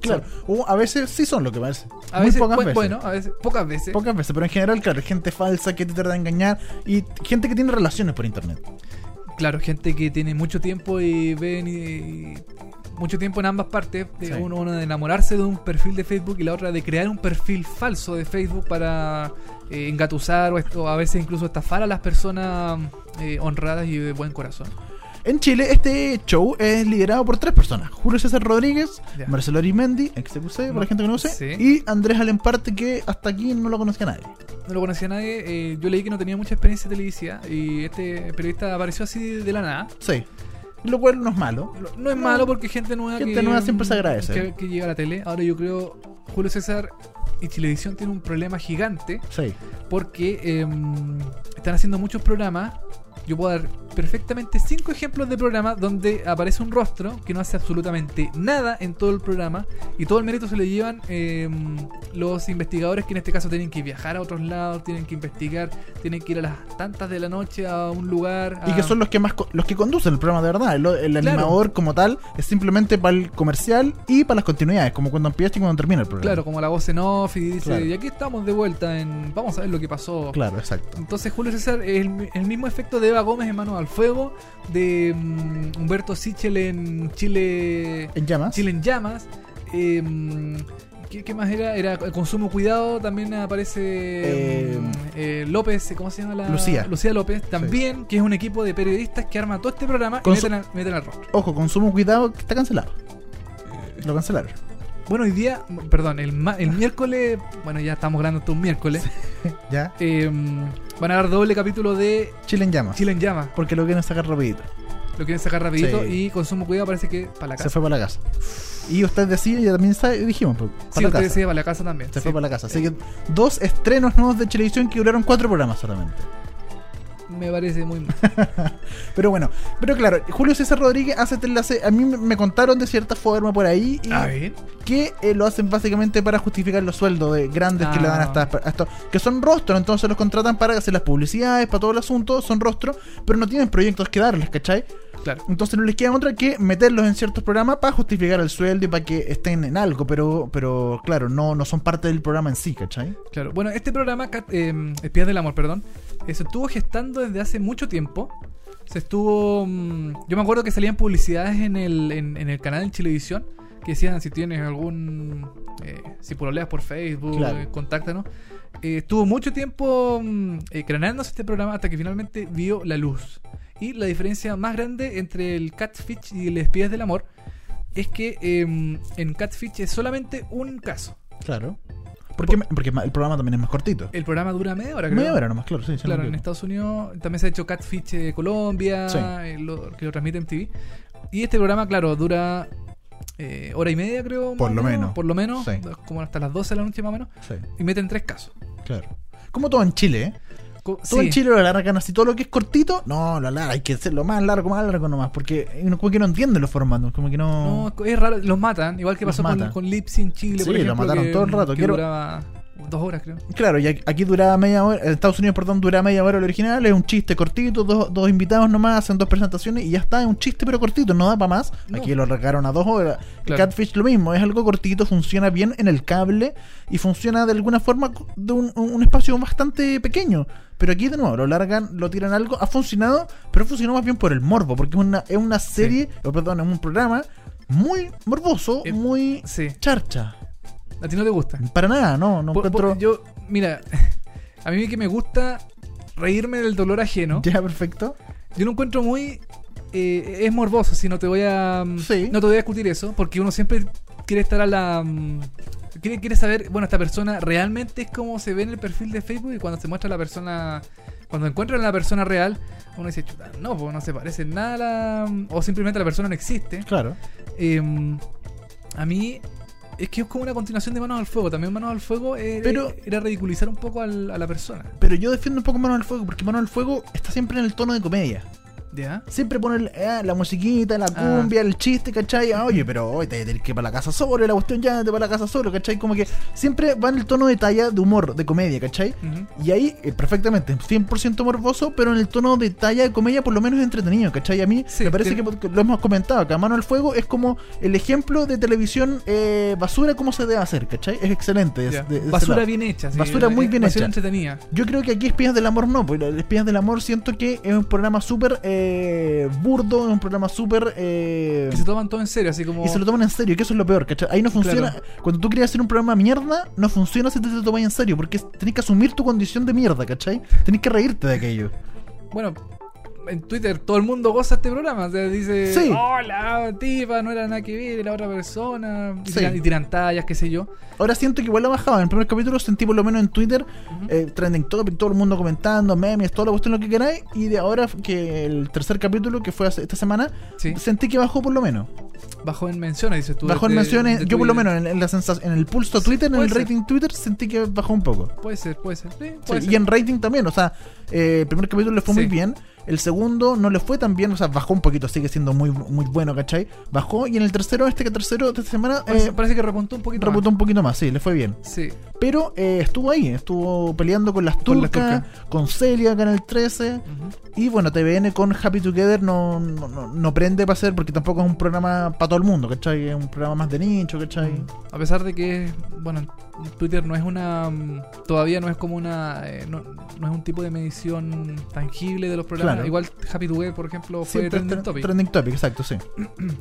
[SPEAKER 2] claro. O a veces sí son lo que parece.
[SPEAKER 3] A
[SPEAKER 2] muy
[SPEAKER 3] veces,
[SPEAKER 2] pocas
[SPEAKER 3] bu-
[SPEAKER 2] veces.
[SPEAKER 3] Bueno, a veces, pocas veces.
[SPEAKER 2] Pocas veces, pero en general, claro, gente falsa que te trata de engañar y gente que tiene relaciones por internet.
[SPEAKER 3] Claro, gente que tiene mucho tiempo y ven y, y- mucho tiempo en ambas partes. de
[SPEAKER 2] Sí.
[SPEAKER 3] Uno, uno de enamorarse de un perfil de Facebook y la otra de crear un perfil falso de Facebook para eh, engatusar o, esto, a veces incluso estafar a las personas eh, honradas y de buen corazón.
[SPEAKER 2] En Chile, este show es liderado por tres personas: Julio César Rodríguez,
[SPEAKER 3] Ya.
[SPEAKER 2] Marcelo Arimendi, ex TQC, para la gente que conoce,
[SPEAKER 3] Sí.
[SPEAKER 2] y Andrés Alemparte, que hasta aquí no lo conocía nadie.
[SPEAKER 3] No lo conocía nadie. eh, yo leí que no tenía mucha experiencia televisiva y este periodista apareció así de, de la nada.
[SPEAKER 2] Sí, lo cual no es malo.
[SPEAKER 3] Lo- No es malo porque gente nueva
[SPEAKER 2] Gente
[SPEAKER 3] que,
[SPEAKER 2] nueva siempre se agradece.
[SPEAKER 3] que- que llega a la tele. Ahora yo creo Julio César y Chilevisión tiene un problema gigante
[SPEAKER 2] Sí.
[SPEAKER 3] porque eh, están haciendo muchos programas. Yo puedo dar perfectamente cinco ejemplos de programas donde aparece un rostro que no hace absolutamente nada en todo el programa y todo el mérito se lo llevan eh, los investigadores que en este caso tienen que viajar a otros lados, tienen que investigar, tienen que ir a las tantas de la noche a un lugar.
[SPEAKER 2] Y
[SPEAKER 3] a-
[SPEAKER 2] que son los que más co- los que conducen el programa de verdad. El, el
[SPEAKER 3] Ah. Claro.
[SPEAKER 2] animador como tal es simplemente para el comercial y para las continuidades, como cuando empieza y cuando termina el programa.
[SPEAKER 3] Claro, como la voz en off y dice,
[SPEAKER 2] Claro.
[SPEAKER 3] y aquí estamos de vuelta en... Vamos a ver lo que pasó.
[SPEAKER 2] Claro, exacto.
[SPEAKER 3] Entonces Julio César es el, mi- el mismo efecto de Eva Gómez en Manos al Fuego, de mm, Humberto Sichel en Chile,
[SPEAKER 2] En llamas.
[SPEAKER 3] Chile en Llamas. eh, mm, ¿qué, qué más era? Era Consumo Cuidado, también aparece
[SPEAKER 2] Eh,
[SPEAKER 3] mm, eh, López, ¿cómo se llama la?
[SPEAKER 2] Lucía.
[SPEAKER 3] López, también, que es un equipo de periodistas que arma todo este programa y
[SPEAKER 2] Consu-
[SPEAKER 3] meten, al- meten al rostro.
[SPEAKER 2] Ojo, consumo cuidado que está cancelado. Lo cancelaron.
[SPEAKER 3] Bueno, hoy día, perdón, el, ma- el miércoles, bueno, ya estamos grabando todo un miércoles,
[SPEAKER 2] ¿Ya?
[SPEAKER 3] eh, van a dar doble capítulo de
[SPEAKER 2] Chile en llamas.
[SPEAKER 3] Chile en Llama.
[SPEAKER 2] Porque lo quieren sacar rapidito.
[SPEAKER 3] Lo quieren sacar rapidito
[SPEAKER 2] Sí.
[SPEAKER 3] y con sumo cuidado parece que para la
[SPEAKER 2] Se
[SPEAKER 3] casa.
[SPEAKER 2] fue para la casa. Y usted decía, ya también sabe- dijimos, pues, para
[SPEAKER 3] Sí,
[SPEAKER 2] la
[SPEAKER 3] usted
[SPEAKER 2] casa.
[SPEAKER 3] decía para la casa también.
[SPEAKER 2] Se
[SPEAKER 3] sí. Eh.
[SPEAKER 2] fue para la casa. Así que dos estrenos nuevos de televisión que duraron cuatro programas solamente.
[SPEAKER 3] Me parece muy
[SPEAKER 2] (laughs)
[SPEAKER 3] mal.
[SPEAKER 2] Pero bueno, pero claro, Julio César Rodríguez hace este enlace. A mí me- me contaron de cierta forma por ahí y
[SPEAKER 3] A ver.
[SPEAKER 2] que eh, lo hacen básicamente para justificar los sueldos de grandes que le dan a,
[SPEAKER 3] Ah.
[SPEAKER 2] estas- a estos. Que son rostros, entonces los contratan para hacer las publicidades, para todo el asunto, son rostros, pero no tienen proyectos que darles, ¿cachai?
[SPEAKER 3] Claro.
[SPEAKER 2] Entonces no les queda otra que meterlos en ciertos programas para justificar el sueldo y para que estén en algo, pero, pero claro, no, no son parte del programa en sí, ¿cachai?
[SPEAKER 3] Claro, bueno, este programa, Cat- eh, Espías del Amor, perdón, eh, se estuvo gestando desde hace mucho tiempo. Se estuvo. mm, yo me acuerdo que salían publicidades en el, en, en el canal en Chilevisión que decían: si tienes algún. eh, si pololeas por Facebook,
[SPEAKER 2] Claro.
[SPEAKER 3] eh, contáctanos. Eh, estuvo mucho tiempo mm, eh, granándose este programa hasta que finalmente vio la luz. Y la diferencia más grande entre el Catfish y el Espías del Amor es que eh, en Catfish es solamente un caso.
[SPEAKER 2] Claro. Porque, porque el programa también es más cortito.
[SPEAKER 3] El programa dura media hora, creo.
[SPEAKER 2] Media hora nomás, claro, sí, sí,
[SPEAKER 3] Claro,
[SPEAKER 2] no
[SPEAKER 3] en
[SPEAKER 2] creo.
[SPEAKER 3] Estados Unidos también se ha hecho Catfish de Colombia,
[SPEAKER 2] Sí.
[SPEAKER 3] eh, lo- que lo transmite MTV. Y este programa, claro, dura eh, hora y media, creo. más
[SPEAKER 2] Por
[SPEAKER 3] o
[SPEAKER 2] lo menos.
[SPEAKER 3] Por lo menos,
[SPEAKER 2] Sí.
[SPEAKER 3] como hasta las 12 de la noche más o menos.
[SPEAKER 2] Sí,
[SPEAKER 3] Y meten tres casos.
[SPEAKER 2] claro. Como todo en Chile, ¿eh?
[SPEAKER 3] Co-
[SPEAKER 2] Todo
[SPEAKER 3] sí,
[SPEAKER 2] en Chile lo alargan así, todo lo que es cortito, no, lo alargan, hay que hacerlo más largo, más largo nomás, porque uno como que no entiende los formatos, como que no...
[SPEAKER 3] No, es raro, los matan, igual que
[SPEAKER 2] Los
[SPEAKER 3] pasó con,
[SPEAKER 2] matan.
[SPEAKER 3] con Lipsy en Chile.
[SPEAKER 2] Sí,
[SPEAKER 3] por
[SPEAKER 2] lo
[SPEAKER 3] ejemplo,
[SPEAKER 2] mataron
[SPEAKER 3] que-
[SPEAKER 2] todo el rato,
[SPEAKER 3] que
[SPEAKER 2] quiero-
[SPEAKER 3] duraba dos horas, creo.
[SPEAKER 2] Claro, y aquí- aquí duraba media hora, en Estados Unidos, perdón, duraba media hora el original, es un chiste cortito, dos, dos invitados nomás, hacen dos presentaciones y ya está, es un chiste pero cortito, no da para más.
[SPEAKER 3] No.
[SPEAKER 2] Aquí lo alargaron a dos horas.
[SPEAKER 3] Claro.
[SPEAKER 2] Catfish lo mismo, es algo cortito, funciona bien en el cable y funciona de alguna forma co- de un, un- un espacio bastante pequeño. Pero aquí de nuevo, lo largan, lo tiran algo, ha funcionado, pero funcionó más bien por el morbo, porque es una, es una serie, o perdón, es un programa muy morboso,
[SPEAKER 3] Eh,
[SPEAKER 2] muy
[SPEAKER 3] Sí,
[SPEAKER 2] charcha.
[SPEAKER 3] a ti no te gusta.
[SPEAKER 2] Para nada, no, no
[SPEAKER 3] Por- por-
[SPEAKER 2] encuentro...
[SPEAKER 3] yo, mira, (laughs) a mí que me gusta reírme del dolor ajeno.
[SPEAKER 2] (laughs) Ya, perfecto.
[SPEAKER 3] Yo lo encuentro muy. eh, es morboso, si no te voy a. mm,
[SPEAKER 2] Sí.
[SPEAKER 3] No te voy a discutir eso, porque uno siempre quiere estar a la. mm, Quiere, quiere saber, bueno, esta persona realmente es como se ve en el perfil de Facebook y cuando se muestra la persona. Cuando encuentran a la persona real, uno dice, chuta, no, pues no se parece en nada, a la- mm, o simplemente la persona no existe.
[SPEAKER 2] Claro.
[SPEAKER 3] Eh, a mí. Es que es como una continuación de Manos al Fuego. También Manos al Fuego era,
[SPEAKER 2] Pero-
[SPEAKER 3] era ridiculizar un poco al- a la persona.
[SPEAKER 2] Pero yo defiendo un poco Mano al Fuego, porque Mano al Fuego está siempre en el tono de comedia.
[SPEAKER 3] ¿Ya?
[SPEAKER 2] Siempre pone el- eh, la musiquita, la
[SPEAKER 3] Ah.
[SPEAKER 2] cumbia, el chiste, ¿cachai? Ah, Oye, pero hoy te tenés que ir para la casa solo, la cuestión ya te para la casa solo, ¿cachai? Como que siempre va en el tono de talla de humor, de comedia, ¿cachai?
[SPEAKER 3] Ujú.
[SPEAKER 2] Y ahí, eh, perfectamente, 100% morboso, pero en el tono de talla de comedia, por lo menos entretenido, ¿cachai? A mí
[SPEAKER 3] Sí,
[SPEAKER 2] me parece
[SPEAKER 3] te-
[SPEAKER 2] que lo hemos comentado, acá Mano al Fuego es como el ejemplo de televisión eh, basura, como se debe hacer, ¿cachai? Es excelente. es-
[SPEAKER 3] Ya.
[SPEAKER 2] de- de ese
[SPEAKER 3] basura
[SPEAKER 2] lado.
[SPEAKER 3] bien hecha. sí.
[SPEAKER 2] Basura muy bien hecha.
[SPEAKER 3] basura entretenida.
[SPEAKER 2] Yo creo que aquí Espías del Amor no, porque Espías del Amor siento que es un programa súper eh, burdo, es un programa súper... eh,
[SPEAKER 3] que se toman todo en serio, así como.
[SPEAKER 2] y se lo toman en serio, que eso es lo peor, ¿cachai? Ahí no funciona...
[SPEAKER 3] Claro.
[SPEAKER 2] Cuando tú quieres hacer un programa mierda, no funciona si te, te tomas en serio, porque tenés que asumir tu condición de mierda, ¿cachai? Tenés que reírte de aquello.
[SPEAKER 3] Bueno, en Twitter todo el mundo goza este programa. O sea, dice:
[SPEAKER 2] Sí.
[SPEAKER 3] Hola, tipa, no era nada que ver, era otra persona. Y,
[SPEAKER 2] Sí.
[SPEAKER 3] tiran, y tiran tallas, qué sé yo.
[SPEAKER 2] Ahora siento que igual la bajaba. En el primer capítulo sentí por lo menos en Twitter, eh, trending topic, todo el mundo comentando, memes, toda la cuestión, lo que queráis. Y de ahora que el tercer capítulo, que fue hace- esta semana,
[SPEAKER 3] Sí.
[SPEAKER 2] sentí que bajó por lo menos.
[SPEAKER 3] Bajo en menciones, dices tú.
[SPEAKER 2] Bajó en
[SPEAKER 3] de-
[SPEAKER 2] menciones,
[SPEAKER 3] de
[SPEAKER 2] yo por lo
[SPEAKER 3] Twitter.
[SPEAKER 2] menos en, en la sensa- en el pulso Twitter, en
[SPEAKER 3] puede
[SPEAKER 2] el
[SPEAKER 3] ser.
[SPEAKER 2] rating Twitter, sentí que bajó un poco.
[SPEAKER 3] Puede ser, puede ser. Sí,
[SPEAKER 2] Sí,
[SPEAKER 3] puede ser.
[SPEAKER 2] y en rating también, o sea, eh, el primer capítulo le fue muy
[SPEAKER 3] Sí.
[SPEAKER 2] bien, el segundo no le fue tan bien, o sea, bajó un poquito, sigue siendo muy, muy bueno, ¿cachai? Bajó y en el tercero, este que tercero de esta semana,
[SPEAKER 3] Parece,
[SPEAKER 2] eh,
[SPEAKER 3] parece que repuntó un poquito.
[SPEAKER 2] rebotó un poquito más, sí, le fue bien.
[SPEAKER 3] más. Sí.
[SPEAKER 2] Pero eh, estuvo ahí, estuvo peleando con las
[SPEAKER 3] Con las
[SPEAKER 2] turcas, con, Celia acá en el 13.
[SPEAKER 3] Ujú.
[SPEAKER 2] Y bueno, TVN con Happy Together no, no, no- no prende para hacer porque tampoco es un programa para todo el mundo, ¿cachai? Es un programa más de nicho, ¿cachai?
[SPEAKER 3] A pesar de que, bueno, Twitter no es una. mm, Todavía no es como una. eh, no, no es un tipo de medición tangible de los programas.
[SPEAKER 2] Claro.
[SPEAKER 3] Igual Happy Together, por ejemplo, fue
[SPEAKER 2] Siempre
[SPEAKER 3] trending
[SPEAKER 2] tre-
[SPEAKER 3] topic.
[SPEAKER 2] trending topic, exacto, sí.
[SPEAKER 3] Ahora,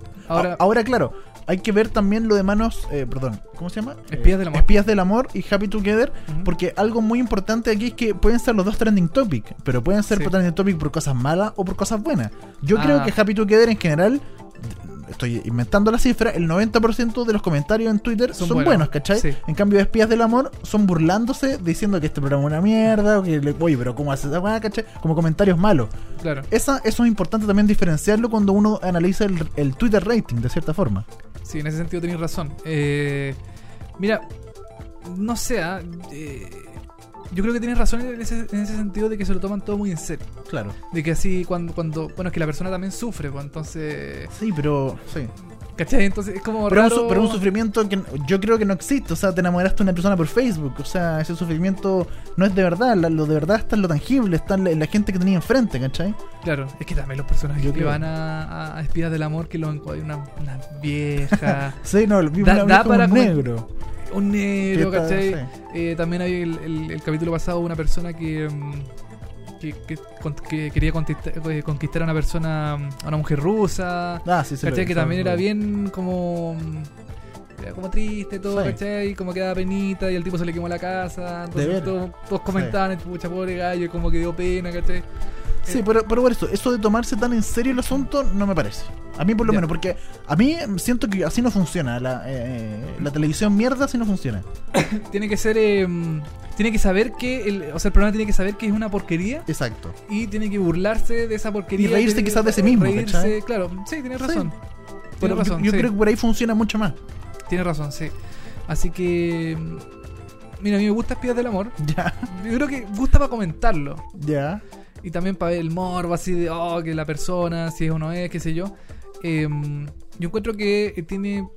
[SPEAKER 2] Ahora, ahora, claro, hay que ver también lo de manos, eh, perdón, ¿cómo se llama?
[SPEAKER 3] Espías
[SPEAKER 2] Eh,
[SPEAKER 3] del amor.
[SPEAKER 2] Espías del amor y Happy Together,
[SPEAKER 3] Ujú.
[SPEAKER 2] porque algo muy importante aquí es que pueden ser los dos trending topic, pero pueden ser
[SPEAKER 3] Sí.
[SPEAKER 2] trending topic por cosas malas o por cosas buenas. Yo
[SPEAKER 3] Ah.
[SPEAKER 2] creo que Happy Together en general estoy inventando la cifra, el 90% de los comentarios en Twitter son,
[SPEAKER 3] Son
[SPEAKER 2] buenos,
[SPEAKER 3] buenos,
[SPEAKER 2] ¿cachai?
[SPEAKER 3] sí.
[SPEAKER 2] En cambio, Espías del Amor son burlándose, diciendo que este programa es una mierda, o que, le- oye, pero ¿cómo haces esa weá, cachai? Como comentarios malos.
[SPEAKER 3] Claro.
[SPEAKER 2] Esa, eso es importante también diferenciarlo cuando uno analiza el, el Twitter rating, de cierta forma.
[SPEAKER 3] Sí, en ese sentido tenéis razón. Eh, mira, no sé, ah, eh, yo creo que tienes razón en ese, en ese sentido de que se lo toman todo muy en serio.
[SPEAKER 2] Claro.
[SPEAKER 3] De que así cuando, cuando bueno, es que la persona también sufre, pues entonces...
[SPEAKER 2] Sí, pero. Sí.
[SPEAKER 3] ¿Cachai? Entonces es como
[SPEAKER 2] Pero un,
[SPEAKER 3] raro...
[SPEAKER 2] su- pero un sufrimiento que n- yo creo que no existe. O sea, te enamoraste de una persona por Facebook. O sea, ese sufrimiento no es de verdad. la- Lo de verdad está en lo tangible, está en la, en la gente que tenía enfrente, ¿cachai?
[SPEAKER 3] Claro, es que también los personajes
[SPEAKER 2] Yo
[SPEAKER 3] que
[SPEAKER 2] creo.
[SPEAKER 3] van a, a- a espías del amor, que lo encuadran una, una
[SPEAKER 2] (laughs)
[SPEAKER 3] vieja,
[SPEAKER 2] Sí, no, vi
[SPEAKER 3] Da-
[SPEAKER 2] una vez
[SPEAKER 3] da
[SPEAKER 2] como
[SPEAKER 3] para
[SPEAKER 2] un
[SPEAKER 3] comen-
[SPEAKER 2] negro.
[SPEAKER 3] un negro,
[SPEAKER 2] Que está-
[SPEAKER 3] ¿cachai?
[SPEAKER 2] sí.
[SPEAKER 3] Eh, también hay el, el- el capítulo pasado una persona que, mm, que, que con- que quería contista- eh, conquistar a una persona, mm, a una mujer rusa,
[SPEAKER 2] Ah, sí, sí. lo
[SPEAKER 3] ¿cachai?
[SPEAKER 2] vi,
[SPEAKER 3] Que
[SPEAKER 2] sí,
[SPEAKER 3] también
[SPEAKER 2] lo
[SPEAKER 3] era
[SPEAKER 2] vi.
[SPEAKER 3] bien como... mm, era Como triste todo,
[SPEAKER 2] Sí.
[SPEAKER 3] ¿cachai? Como que daba penita y al tipo se le quemó la casa.
[SPEAKER 2] De
[SPEAKER 3] Entonces
[SPEAKER 2] veras.
[SPEAKER 3] todos, todos comentaban, pucha pobre gallo, como que dio pena, ¿cachai?
[SPEAKER 2] Sí, pero, pero por eso, eso de tomarse tan en serio el asunto no me parece. A mí por lo
[SPEAKER 3] Ya.
[SPEAKER 2] menos, porque a mí siento que así no funciona. La, eh, la televisión mierda así no funciona.
[SPEAKER 3] Tiene que ser... eh, mm, tiene que saber que... El, o sea, el programa tiene que saber que es una porquería
[SPEAKER 2] Exacto.
[SPEAKER 3] y tiene que burlarse de esa porquería.
[SPEAKER 2] Y reírse
[SPEAKER 3] tiene que-
[SPEAKER 2] quizás de sí mismo,
[SPEAKER 3] reírse,
[SPEAKER 2] ¿cachai?
[SPEAKER 3] claro. Sí, tienes
[SPEAKER 2] Sí.
[SPEAKER 3] razón.
[SPEAKER 2] Pero
[SPEAKER 3] Tienes
[SPEAKER 2] yo-
[SPEAKER 3] razón,
[SPEAKER 2] yo
[SPEAKER 3] sí.
[SPEAKER 2] creo que por ahí funciona mucho
[SPEAKER 3] (laughs)
[SPEAKER 2] más.
[SPEAKER 3] Tienes razón, sí. Así que... mm, Mira, a mí me gusta Espías del Amor.
[SPEAKER 2] Ya,
[SPEAKER 3] Yo creo que gusta para comentarlo.
[SPEAKER 2] ya.
[SPEAKER 3] Y también para ver el morbo así de, oh, que la persona, si es o no es, qué sé yo. Eh, yo encuentro que eh, tiene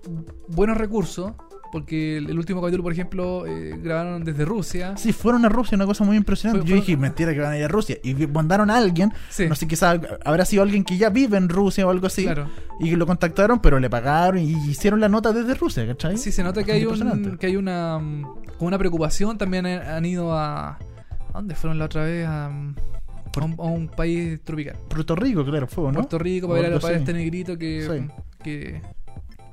[SPEAKER 3] buenos recursos. Porque el el último capítulo, por ejemplo, eh, grabaron desde Rusia.
[SPEAKER 2] Sí, fueron a Rusia, una cosa muy impresionante.
[SPEAKER 3] Fue-
[SPEAKER 2] Yo
[SPEAKER 3] fue-
[SPEAKER 2] dije, mentira que van a ir a Rusia. Y vi- mandaron a alguien,
[SPEAKER 3] Sí.
[SPEAKER 2] no sé, quizás habrá sido alguien que ya vive en Rusia o algo así.
[SPEAKER 3] Claro.
[SPEAKER 2] Y que lo contactaron, pero le pagaron y hicieron la nota desde Rusia, ¿cachai?
[SPEAKER 3] Sí, se nota que
[SPEAKER 2] Es
[SPEAKER 3] hay,
[SPEAKER 2] ¿Eh? impresionante.
[SPEAKER 3] un, que hay una, mm, como una preocupación. También han- han ido a... ¿A dónde fueron la otra vez? A, mm, a un, a un país tropical.
[SPEAKER 2] Puerto Rico, claro, fue, ¿no?
[SPEAKER 3] Puerto Rico para
[SPEAKER 2] O
[SPEAKER 3] ver a
[SPEAKER 2] algo
[SPEAKER 3] para
[SPEAKER 2] así.
[SPEAKER 3] este negrito que, mm,
[SPEAKER 2] Sí.
[SPEAKER 3] que,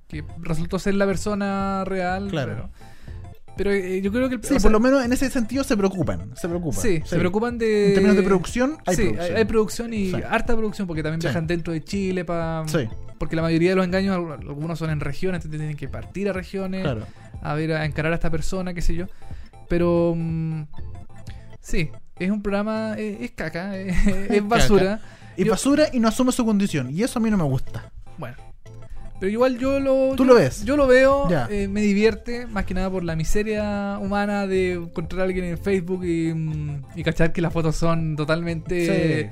[SPEAKER 3] que resultó ser la persona real.
[SPEAKER 2] Claro.
[SPEAKER 3] Pero, pero, eh, yo creo que... el-
[SPEAKER 2] Sí, pues
[SPEAKER 3] o
[SPEAKER 2] por
[SPEAKER 3] sea,
[SPEAKER 2] lo menos en ese sentido se preocupan. Se preocupan.
[SPEAKER 3] Sí, se preocupan de...
[SPEAKER 2] En términos de producción, hay
[SPEAKER 3] sí,
[SPEAKER 2] producción.
[SPEAKER 3] hay producción y
[SPEAKER 2] Sí.
[SPEAKER 3] harta producción porque también
[SPEAKER 2] Sí.
[SPEAKER 3] viajan dentro de Chile para...
[SPEAKER 2] Sí,
[SPEAKER 3] Porque la mayoría de los engaños, al- algunos son en regiones, entonces tienen que partir a regiones,
[SPEAKER 2] claro.
[SPEAKER 3] a ver, a encarar a esta persona, qué sé yo. Pero... mm, sí, es un programa, eh, es, caca, (laughs) eh, es,
[SPEAKER 2] caca.
[SPEAKER 3] basura.
[SPEAKER 2] Y
[SPEAKER 3] Yo-
[SPEAKER 2] basura y no asume su condición. Y eso a mí no me gusta.
[SPEAKER 3] Bueno. Pero igual yo lo...
[SPEAKER 2] Tú
[SPEAKER 3] yo-
[SPEAKER 2] lo ves.
[SPEAKER 3] Yo lo veo,
[SPEAKER 2] Ya.
[SPEAKER 3] eh, me divierte, más que nada por la miseria humana de encontrar a alguien en Facebook y, mm, y cachar que las fotos son totalmente...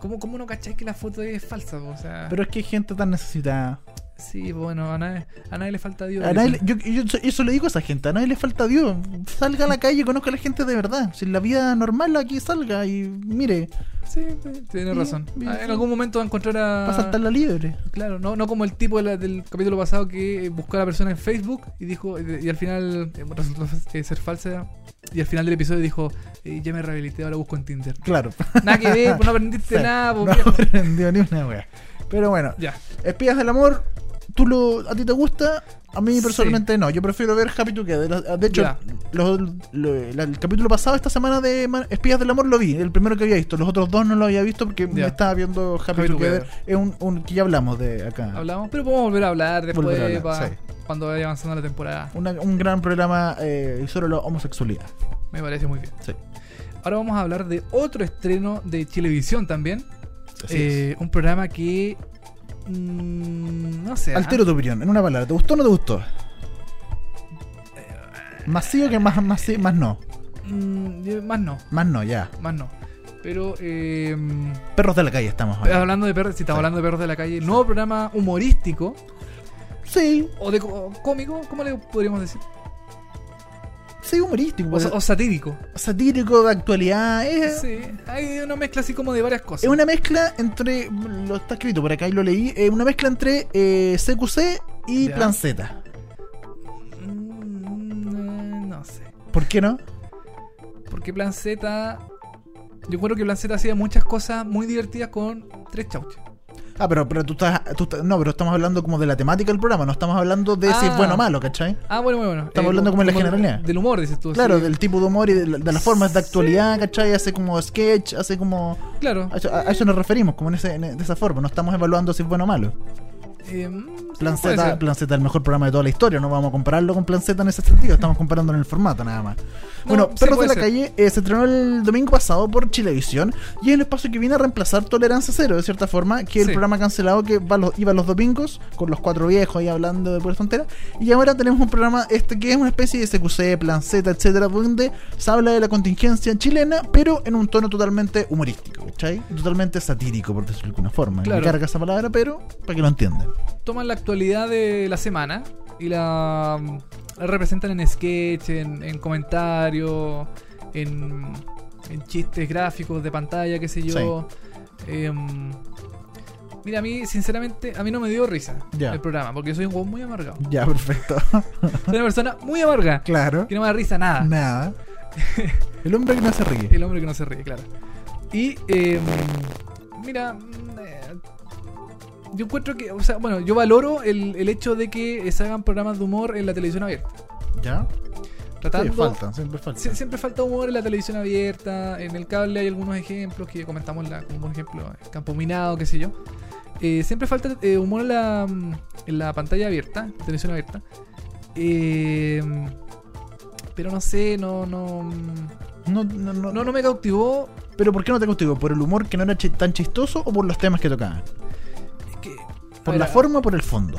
[SPEAKER 3] ¿Cómo, ¿Cómo no cacháis que la foto es falsa? po? O sea,
[SPEAKER 2] Pero es que hay gente tan necesitada.
[SPEAKER 3] sí, bueno, a nadie, a nadie le falta Dios.
[SPEAKER 2] A nadie le-
[SPEAKER 3] dicen.
[SPEAKER 2] yo, yo so- eso le digo a esa gente, a nadie le falta Dios. Salga a la calle, conozca a la gente de verdad. Si en la vida normal aquí salga y mire,
[SPEAKER 3] Sí, sí, tienes
[SPEAKER 2] Sí,
[SPEAKER 3] razón.
[SPEAKER 2] bien,
[SPEAKER 3] Ah, en
[SPEAKER 2] sí.
[SPEAKER 3] algún momento va a encontrar a...
[SPEAKER 2] va a saltar la libre.
[SPEAKER 3] Claro, no, no como el tipo de la- del capítulo pasado que eh, buscó a la persona en Facebook y dijo y, y al final eh, resultó eh, ser falsa y al final del episodio dijo eh, ya me rehabilité, ahora busco en Tinder. (laughs)
[SPEAKER 2] Claro.
[SPEAKER 3] Nada que ver, pues no aprendiste
[SPEAKER 2] Sí.
[SPEAKER 3] nada, pues,
[SPEAKER 2] No
[SPEAKER 3] viejo.
[SPEAKER 2] aprendió ni una wea. Pero bueno,
[SPEAKER 3] Ya,
[SPEAKER 2] Espías del amor, tú lo, a ti te gusta, a mí
[SPEAKER 3] Sí.
[SPEAKER 2] personalmente no. Yo prefiero ver Happy Together. De hecho,
[SPEAKER 3] Ya.
[SPEAKER 2] los- lo- la- el capítulo pasado esta semana de Ma- Espías del amor lo vi, el primero que había visto. Los otros dos no lo había visto porque me
[SPEAKER 3] Ya.
[SPEAKER 2] estaba viendo Happy,
[SPEAKER 3] Happy
[SPEAKER 2] Together.
[SPEAKER 3] Together.
[SPEAKER 2] Es un, un que ya hablamos de acá.
[SPEAKER 3] hablamos, pero podemos volver a hablar después
[SPEAKER 2] Ah. Volver a hablar,
[SPEAKER 3] pa-
[SPEAKER 2] sí.
[SPEAKER 3] cuando vaya avanzando la temporada.
[SPEAKER 2] Una- un gran programa eh, sobre la homosexualidad.
[SPEAKER 3] Me parece muy bien.
[SPEAKER 2] Sí.
[SPEAKER 3] Ahora vamos a hablar de otro estreno de Televisión también.
[SPEAKER 2] Así
[SPEAKER 3] Eh, Un programa que... mm, no sé.
[SPEAKER 2] es.
[SPEAKER 3] ¿ah?
[SPEAKER 2] Eh, Altero tu opinión, en una palabra. ¿Te gustó o no te gustó?
[SPEAKER 3] Eh,
[SPEAKER 2] Más sí o que más, más sí, más no.
[SPEAKER 3] Mm, yo- más no,
[SPEAKER 2] Más no, ya.
[SPEAKER 3] más no. Pero... eh,
[SPEAKER 2] Perros de la calle estamos ahora.
[SPEAKER 3] hablando de perros, si estamos
[SPEAKER 2] Sí.
[SPEAKER 3] hablando de perros de la calle, nuevo programa humorístico Ah.
[SPEAKER 2] Sí,
[SPEAKER 3] o de co- cómico, ¿cómo le podríamos decir?
[SPEAKER 2] sí, humorístico. pues,
[SPEAKER 3] O, o satírico.
[SPEAKER 2] satírico, de actualidad. Es,
[SPEAKER 3] Sí, hay una mezcla así como de varias cosas.
[SPEAKER 2] Eh. es una mezcla entre. Lo está escrito por acá y lo leí. Es una mezcla entre eh, CQC y
[SPEAKER 3] Ya.
[SPEAKER 2] Plan Z.
[SPEAKER 3] Mm, No sé.
[SPEAKER 2] ¿Por qué no?
[SPEAKER 3] Porque Plan Z. Yo creo que Plan Z hacía muchas cosas muy divertidas con tres chauches.
[SPEAKER 2] Ah, pero, pero tú, estás, tú estás- No, pero estamos hablando como de la temática del programa. No estamos hablando de si es
[SPEAKER 3] Ah.
[SPEAKER 2] bueno o malo, ¿cachai?
[SPEAKER 3] Ah, bueno, bueno, bueno.
[SPEAKER 2] Estamos hablando como en la generalidad.
[SPEAKER 3] Del humor, dices tú.
[SPEAKER 2] Claro,
[SPEAKER 3] Pues sí.
[SPEAKER 2] del tipo de humor y de, la- de las formas de actualidad, ¿cachai? Hace como sketch, hace como.
[SPEAKER 3] Claro.
[SPEAKER 2] A eso, a- a eso nos referimos, como en ese- en- de esa forma. No estamos evaluando si es bueno o malo.
[SPEAKER 3] Eh, mm, sí,
[SPEAKER 2] Plan
[SPEAKER 3] puede
[SPEAKER 2] Z,
[SPEAKER 3] ser.
[SPEAKER 2] Plan Z es el mejor programa de toda la historia. No vamos a compararlo con Plan Z en ese sentido. Estamos comparándolo en el formato nada más. bueno,
[SPEAKER 3] sí,
[SPEAKER 2] Perros de
[SPEAKER 3] puede
[SPEAKER 2] la
[SPEAKER 3] ser.
[SPEAKER 2] Calle eh, se estrenó el domingo pasado por Chilevisión y es el espacio que viene a reemplazar Tolerancia Cero, de cierta forma, que es el
[SPEAKER 3] Sí.
[SPEAKER 2] programa cancelado que va los, iba los domingos con los cuatro viejos ahí hablando de puras tonteras. Y ahora tenemos un programa este que es una especie de SQC, Plan Z, etcétera, donde se habla de la contingencia chilena, pero en un tono totalmente humorístico, ¿cachai? Totalmente satírico, por decirlo de alguna forma.
[SPEAKER 3] Claro.
[SPEAKER 2] Me carga esa palabra, pero para que lo entiendan.
[SPEAKER 3] toman la actualidad de la semana y la, la representan en sketch, en, en comentario, en, en chistes gráficos de pantalla, qué sé yo. Em, mira, a mí, sinceramente, a mí no me dio risa
[SPEAKER 2] Ya.
[SPEAKER 3] el programa, porque yo soy un hueón
[SPEAKER 2] (laughs)
[SPEAKER 3] muy amargado.
[SPEAKER 2] Ya, perfecto.
[SPEAKER 3] Soy una persona muy amarga,
[SPEAKER 2] Claro.
[SPEAKER 3] que no me da risa nada.
[SPEAKER 2] Nada. El hombre que no se ríe.
[SPEAKER 3] El hombre que no se ríe, claro. Y, eh, mira, mm, eh, yo encuentro que, o sea, bueno, yo valoro el, el hecho de que se hagan programas de humor en la televisión abierta.
[SPEAKER 2] ¿Ya?
[SPEAKER 3] Tratando,
[SPEAKER 2] Sí, faltan, siempre faltan.
[SPEAKER 3] Sie- siempre falta humor en la televisión abierta, en el cable hay algunos ejemplos que comentamos, la, como por ejemplo el campo minado, qué sé yo. Eh, siempre falta eh, humor en la, mm, en la pantalla abierta, televisión abierta. Eh, pero no sé, no, no, mm,
[SPEAKER 2] No, no, no,
[SPEAKER 3] no, no me cautivó
[SPEAKER 2] Pero ¿por qué no te contigo? ¿Por el humor que no era chi- tan chistoso o por los temas que tocaban?
[SPEAKER 3] Es que-
[SPEAKER 2] ¿Por
[SPEAKER 3] a ver,
[SPEAKER 2] la
[SPEAKER 3] a-
[SPEAKER 2] forma o por el fondo?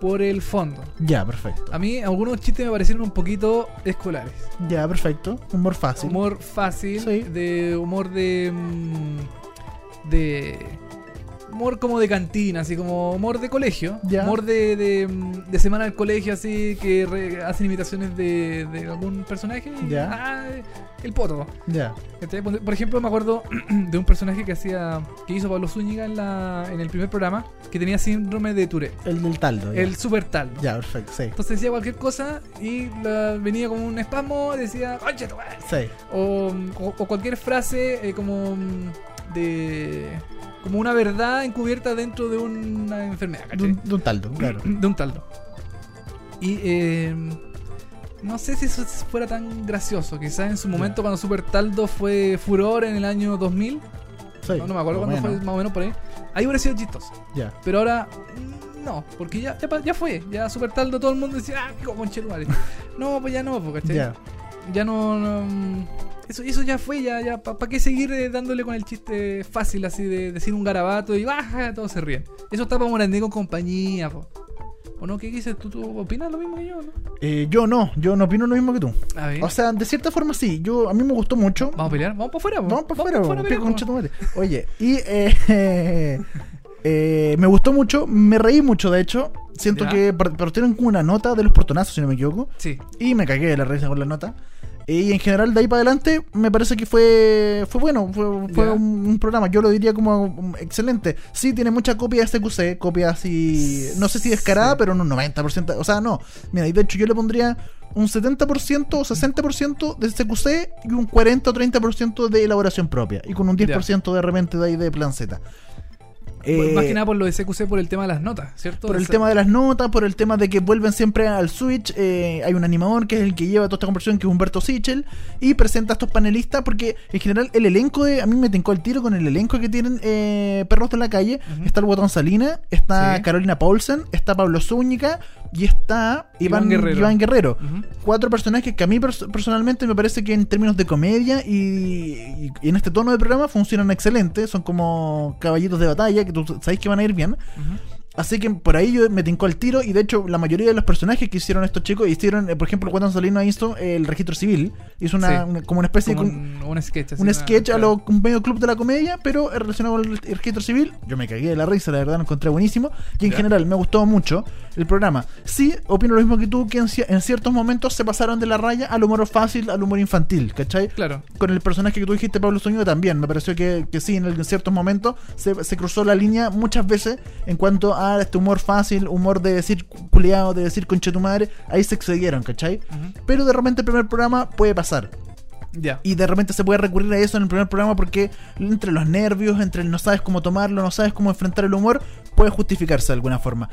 [SPEAKER 3] Por el fondo.
[SPEAKER 2] Ya, perfecto.
[SPEAKER 3] A mí algunos chistes me parecieron un poquito escolares.
[SPEAKER 2] Ya, perfecto. Humor fácil.
[SPEAKER 3] Humor fácil,
[SPEAKER 2] Sí.
[SPEAKER 3] de humor de mm, de humor como de cantina, así como humor de colegio,
[SPEAKER 2] Ya.
[SPEAKER 3] humor de, de, mm, de semana del colegio, así que re- hacen imitaciones de, de algún personaje. y,
[SPEAKER 2] Ya.
[SPEAKER 3] ah, el poto.
[SPEAKER 2] Ya.
[SPEAKER 3] ¿Cachai? Por por ejemplo, me acuerdo (clears throat) de un personaje que hacía que hizo Pablo Zúñiga en, la, en el primer programa que tenía síndrome de Tourette,
[SPEAKER 2] El del taldo. Ya,
[SPEAKER 3] el super tal.
[SPEAKER 2] Ya, perfecto. Sí.
[SPEAKER 3] Entonces pues decía cualquier cosa y la- venía como un espasmo, decía, "Concha tu madre".
[SPEAKER 2] Sí.
[SPEAKER 3] o, o- o cualquier frase eh, como mm, de. como una verdad encubierta dentro de una enfermedad,
[SPEAKER 2] De
[SPEAKER 3] ¿cachai?
[SPEAKER 2] un, de un taldo, claro.
[SPEAKER 3] De un taldo. Y eh, no sé si eso fuera tan gracioso. Quizás en su momento, cuando Super Taldo fue furor en el año 2000,
[SPEAKER 2] Sí.
[SPEAKER 3] no, no me acuerdo
[SPEAKER 2] más o
[SPEAKER 3] cuándo fue,
[SPEAKER 2] menos.
[SPEAKER 3] más o menos por ahí, ahí hubiera sido chistoso.
[SPEAKER 2] Ya.
[SPEAKER 3] Pero ahora, mm, no, porque ya, ya, pa- ya fue. Ya Super Taldo todo el mundo decía, ah, pico, conchetumare". No, pues ya no, pues, ¿cachai?
[SPEAKER 2] Ya.
[SPEAKER 3] Ya no. no, mm, eso, eso ya fue, ya, ya. ¿Para qué seguir eh, dándole con el chiste fácil así de decir un garabato y baja? Todos se ríen. Eso está para Morandé con compañía, po. ¿O no? ¿Qué dices? ¿Tú, tú opinas lo mismo que yo, no?
[SPEAKER 2] Eh, yo no, yo no opino lo mismo que tú.
[SPEAKER 3] A ver.
[SPEAKER 2] O sea, de cierta forma sí. Yo, a mí me gustó mucho.
[SPEAKER 3] ¿Vamos a pelear? Vamos para afuera, po.
[SPEAKER 2] Vamos para afuera,
[SPEAKER 3] pa'
[SPEAKER 2] po,
[SPEAKER 3] a
[SPEAKER 2] pico
[SPEAKER 3] pelear,
[SPEAKER 2] con
[SPEAKER 3] po.
[SPEAKER 2] chetumare. Oye, y eh, (laughs) eh, me gustó mucho, me reí mucho, de hecho. Siento
[SPEAKER 3] Ya.
[SPEAKER 2] que par- partieron con una nota de los portonazos, si no me equivoco.
[SPEAKER 3] Sí.
[SPEAKER 2] Y me cagué de la risa con la nota. Y en general, de ahí para adelante, me parece que fue fue bueno, fue, fue
[SPEAKER 3] Ya.
[SPEAKER 2] un, un programa. Yo lo diría como um, excelente. Sí, tiene mucha copia de SQC, copia así, no sé si descarada,
[SPEAKER 3] Sí.
[SPEAKER 2] pero en un 90%. O sea, no. Mira, y de hecho yo le pondría un 70% o 60% de SQC y un 40 o 30% de elaboración propia. Y con un 10% de repente de ahí de plan Z.
[SPEAKER 3] Por-
[SPEAKER 2] Eh,
[SPEAKER 3] Más que nada por lo de CQC por el tema de las notas, ¿cierto?
[SPEAKER 2] por el
[SPEAKER 3] O sea,
[SPEAKER 2] tema de las notas, por el tema de que vuelven siempre al Switch. eh, hay un animador que es el que lleva toda esta conversación, que es Humberto Sichel, y presenta a estos panelistas, porque en general el elenco de. A mí me tincó el tiro con el elenco que tienen eh, Perros de la Calle.
[SPEAKER 3] Ujú.
[SPEAKER 2] Está el Guatón Salina, está
[SPEAKER 3] Sí.
[SPEAKER 2] Carolina Paulsen, está Pablo Zúñiga y está Iván,
[SPEAKER 3] Iván Guerrero.
[SPEAKER 2] Iván Guerrero
[SPEAKER 3] Ujú.
[SPEAKER 2] cuatro personajes que a mí pers- personalmente me parece que en términos de comedia y, y en este tono de programa funcionan excelentes. Son como caballitos de batalla que tú sabes que van a ir bien. Así que por ahí yo me tincó el tiro y de hecho la mayoría de los personajes que hicieron estos chicos hicieron, eh, por ejemplo, cuando Salino hizo eh, el registro civil, hizo una,
[SPEAKER 3] Sí.
[SPEAKER 2] una- como una especie
[SPEAKER 3] Como
[SPEAKER 2] de...
[SPEAKER 3] un, un sketch. así,
[SPEAKER 2] Un
[SPEAKER 3] una-
[SPEAKER 2] sketch a
[SPEAKER 3] claro.
[SPEAKER 2] lo un medio club de la comedia, pero relacionado con el registro civil. Yo me cagué de la risa, la verdad, lo encontré buenísimo. Y en
[SPEAKER 3] Ya.
[SPEAKER 2] general me gustó mucho el programa. Sí, opino lo mismo que tú, que en, ci- en ciertos momentos se pasaron de la raya al humor fácil, al humor infantil, ¿cachai?
[SPEAKER 3] Claro.
[SPEAKER 2] Con el personaje que tú dijiste, Pablo Zúñiga, también. Me pareció que, que sí, en, el- en ciertos momentos se, se cruzó la línea muchas veces en cuanto a este humor fácil, humor de decir culiado, de decir conche tu madre. Ahí se excedieron, ¿cachai?
[SPEAKER 3] Ujú.
[SPEAKER 2] Pero de repente el primer programa puede pasar
[SPEAKER 3] Ya.
[SPEAKER 2] y de repente se puede recurrir a eso en el primer programa porque entre los nervios, entre el no sabes cómo tomarlo, no sabes cómo enfrentar el humor, puede justificarse de alguna forma.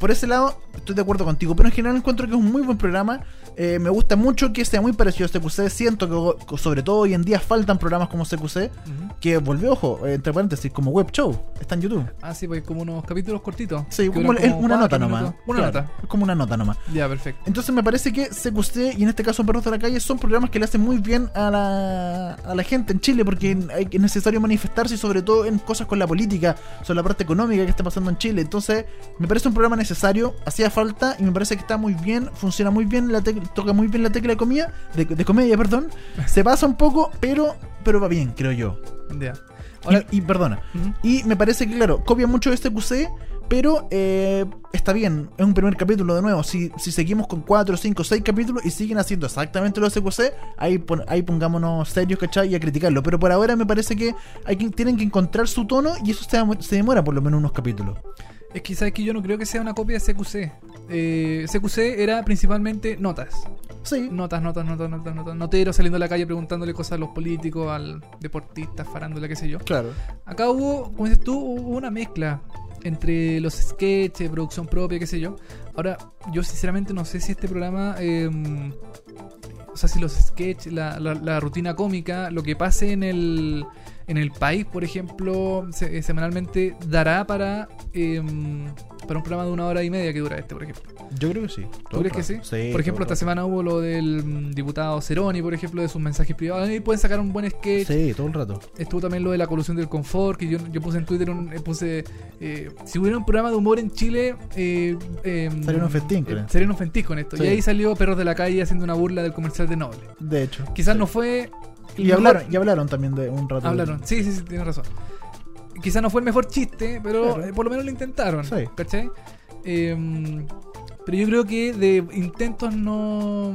[SPEAKER 2] por ese lado estoy de acuerdo contigo, pero en general encuentro que es un muy buen programa. Eh, me gusta mucho que sea muy parecido a CQC. Siento que, sobre todo hoy en día, faltan programas como CQC,
[SPEAKER 3] Ujú.
[SPEAKER 2] que volvió, ojo, eh, entre paréntesis, como web show. Está en YouTube.
[SPEAKER 3] Ah, sí, pues como unos capítulos cortitos.
[SPEAKER 2] Sí,
[SPEAKER 3] que
[SPEAKER 2] como,
[SPEAKER 3] duran
[SPEAKER 2] es
[SPEAKER 3] como
[SPEAKER 2] una nota
[SPEAKER 3] cuatro
[SPEAKER 2] nomás.
[SPEAKER 3] minutos. Una
[SPEAKER 2] Claro,
[SPEAKER 3] nota.
[SPEAKER 2] Es como una nota nomás.
[SPEAKER 3] Ya, perfecto.
[SPEAKER 2] Entonces me parece que CQC y en este caso Perros de la Calle son programas que le hacen muy bien a la, a la gente en Chile porque hay- es necesario manifestarse y sobre todo en cosas con la política, sobre la parte económica que está pasando en Chile. Entonces me parece un programa necesario, hacía falta y me parece que está muy bien, funciona muy bien, la tec- toca muy bien la tecla de, comida, de, de comedia, perdón. Se pasa un poco, pero, pero va bien, creo yo.
[SPEAKER 3] Ya.
[SPEAKER 2] Y-
[SPEAKER 3] Ahora,
[SPEAKER 2] y perdona,
[SPEAKER 3] ujú.
[SPEAKER 2] y me parece que, claro, copia mucho este QC, pero eh, está bien, es un primer capítulo de nuevo. Si, si seguimos con 4, 5, 6 capítulos y siguen haciendo exactamente lo de QC, ahí, pon- ahí pongámonos serios, ¿cachai? Y a criticarlo. Pero por ahora me parece que hay que- tienen que encontrar su tono y eso se, dem- se demora por lo menos unos capítulos.
[SPEAKER 3] es que sabes que yo no creo que sea una copia de CQC. Eh, CQC era principalmente notas.
[SPEAKER 2] Sí,
[SPEAKER 3] Notas, notas, notas, notas, notas. Noteros saliendo a la calle preguntándole cosas a los políticos, al deportista, farándula, qué sé yo.
[SPEAKER 2] claro.
[SPEAKER 3] Acá hubo, como dices tú, hubo una mezcla entre los sketches, producción propia, qué sé yo. Ahora, yo sinceramente no sé si este programa, eh, o sea, si los sketches, la, la- la rutina cómica, lo que pase en el, en el país, por ejemplo, se- eh, semanalmente, dará para, eh, para un programa de una hora y media que dura este, por ejemplo.
[SPEAKER 2] Yo creo que sí.
[SPEAKER 3] ¿Tú crees que sí? por ejemplo, esta semana hubo lo del mm, diputado Ceroni, por ejemplo, de sus mensajes privados. Ahí pueden sacar un buen sketch.
[SPEAKER 2] Sí, todo el rato.
[SPEAKER 3] Estuvo también lo de la colusión del confort, que yo, yo puse en Twitter, un- eh, puse, eh, si hubiera un programa de humor en Chile... Eh, eh,
[SPEAKER 2] Sería un festín, creo.
[SPEAKER 3] eh, sería un festín con esto.
[SPEAKER 2] Sí.
[SPEAKER 3] Y ahí salió Perros de la Calle haciendo una burla del comercial de Noble.
[SPEAKER 2] De hecho.
[SPEAKER 3] Quizás
[SPEAKER 2] Sí.
[SPEAKER 3] no fue... el
[SPEAKER 2] Y
[SPEAKER 3] mejor-
[SPEAKER 2] hablaron, y hablaron también de un rato. de-
[SPEAKER 3] Hablaron, sí, sí, sí, tienes razón. Quizás no fue el mejor chiste, pero
[SPEAKER 2] Claro.
[SPEAKER 3] eh, por lo menos lo intentaron.
[SPEAKER 2] Sí.
[SPEAKER 3] ¿Cachai? Eh, pero yo creo que de intentos no.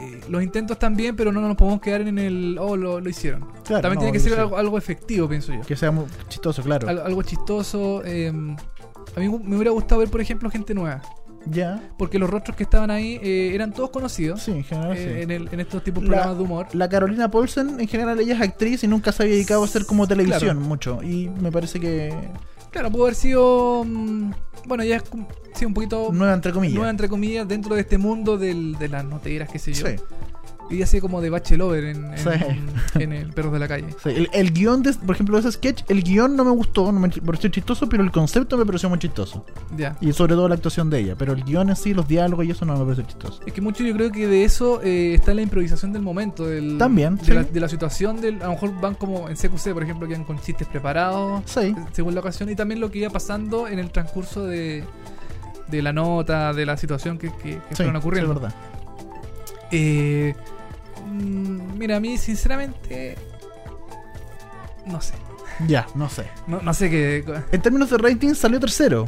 [SPEAKER 3] eh, los intentos también, pero no nos podemos quedar en el. Oh, lo, lo hicieron.
[SPEAKER 2] Claro,
[SPEAKER 3] también
[SPEAKER 2] no,
[SPEAKER 3] tiene que
[SPEAKER 2] yo
[SPEAKER 3] ser
[SPEAKER 2] sé.
[SPEAKER 3] algo, algo efectivo, pienso yo.
[SPEAKER 2] Que sea muy chistoso, claro.
[SPEAKER 3] Al- algo chistoso. eh, a mí me hubiera gustado ver, por ejemplo, gente nueva.
[SPEAKER 2] Ya.
[SPEAKER 3] Porque los rostros que estaban ahí eh, eran todos conocidos
[SPEAKER 2] Sí, en general
[SPEAKER 3] eh,
[SPEAKER 2] sí.
[SPEAKER 3] en, el- en estos tipos de
[SPEAKER 2] La-
[SPEAKER 3] programas de humor.
[SPEAKER 2] La Carolina Paulsen, en general, ella es actriz y nunca se había dedicado a hacer como televisión
[SPEAKER 3] Claro.
[SPEAKER 2] mucho. Y me parece que.
[SPEAKER 3] Claro, pudo haber sido. mm, bueno, ya es como- sí, un poquito
[SPEAKER 2] Nueva, entre comillas.
[SPEAKER 3] nueva, entre comillas, dentro de este mundo del- de las noteras, qué sé yo.
[SPEAKER 2] Sí,
[SPEAKER 3] Y así como de bachelover en, en,
[SPEAKER 2] Sí.
[SPEAKER 3] en el Perros de la Calle.
[SPEAKER 2] sí. El, el guión, de, por ejemplo, de ese sketch, el guión no me gustó, no me pareció chistoso, pero el concepto me pareció muy chistoso.
[SPEAKER 3] Ya.
[SPEAKER 2] Y sobre todo la actuación de ella. Pero el guión en sí, los diálogos y eso no me pareció chistoso.
[SPEAKER 3] Es que mucho yo creo que de eso eh, está la improvisación del momento. Del,
[SPEAKER 2] También,
[SPEAKER 3] De,
[SPEAKER 2] sí.
[SPEAKER 3] la, de la situación del. A lo mejor van como en CQC, por ejemplo, quedan con chistes preparados,
[SPEAKER 2] Sí,
[SPEAKER 3] según la ocasión, y también lo que iba pasando en el transcurso de, de la nota, de la situación que, que, que
[SPEAKER 2] sí,
[SPEAKER 3] fueron
[SPEAKER 2] sí,
[SPEAKER 3] ocurriendo.
[SPEAKER 2] es verdad.
[SPEAKER 3] Eh, mm, mira, a mí sinceramente... No sé.
[SPEAKER 2] Ya, no sé.
[SPEAKER 3] No, no sé qué...
[SPEAKER 2] En términos de rating, salió tercero.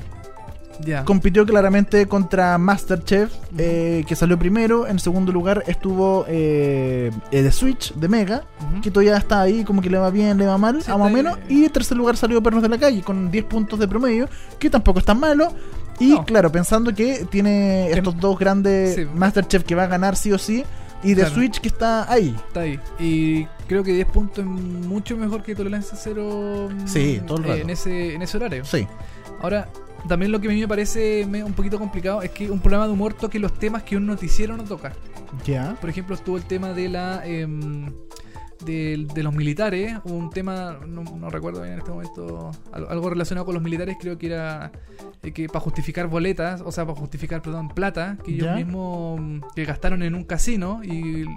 [SPEAKER 3] Ya.
[SPEAKER 2] Compitió claramente contra Masterchef, eh, que salió primero. En segundo lugar estuvo eh, eh, The Switch de Mega,
[SPEAKER 3] Ujú.
[SPEAKER 2] que todavía está ahí, como que le va bien, le va mal,
[SPEAKER 3] Sí,
[SPEAKER 2] a más o
[SPEAKER 3] está
[SPEAKER 2] menos.
[SPEAKER 3] bien.
[SPEAKER 2] Y en tercer lugar salió Perros de la Calle con 10 puntos de promedio, que tampoco es tan malo. Y
[SPEAKER 3] No.
[SPEAKER 2] claro, pensando que tiene
[SPEAKER 3] Em-
[SPEAKER 2] estos dos grandes
[SPEAKER 3] Sí.
[SPEAKER 2] Masterchef que va a ganar sí o sí, y de
[SPEAKER 3] Claro.
[SPEAKER 2] Switch que está ahí.
[SPEAKER 3] Está ahí. Y creo que 10 puntos es mucho mejor que tolerancia cero mm,
[SPEAKER 2] Sí, todo el rato.
[SPEAKER 3] en, ese, en ese horario.
[SPEAKER 2] Sí,
[SPEAKER 3] Ahora, también lo que a mí me parece me- un poquito complicado es que un programa de humor toque los temas que un noticiero no toca.
[SPEAKER 2] ya.
[SPEAKER 3] Por ejemplo, estuvo el tema de la em, del- de, los militares, un tema, no, no recuerdo bien en este momento, al- algo relacionado con los militares, creo que era eh, que para justificar boletas, o sea, para justificar, perdón, plata, que ellos
[SPEAKER 2] ¿Ya?
[SPEAKER 3] mismos mm, que gastaron en un casino y l-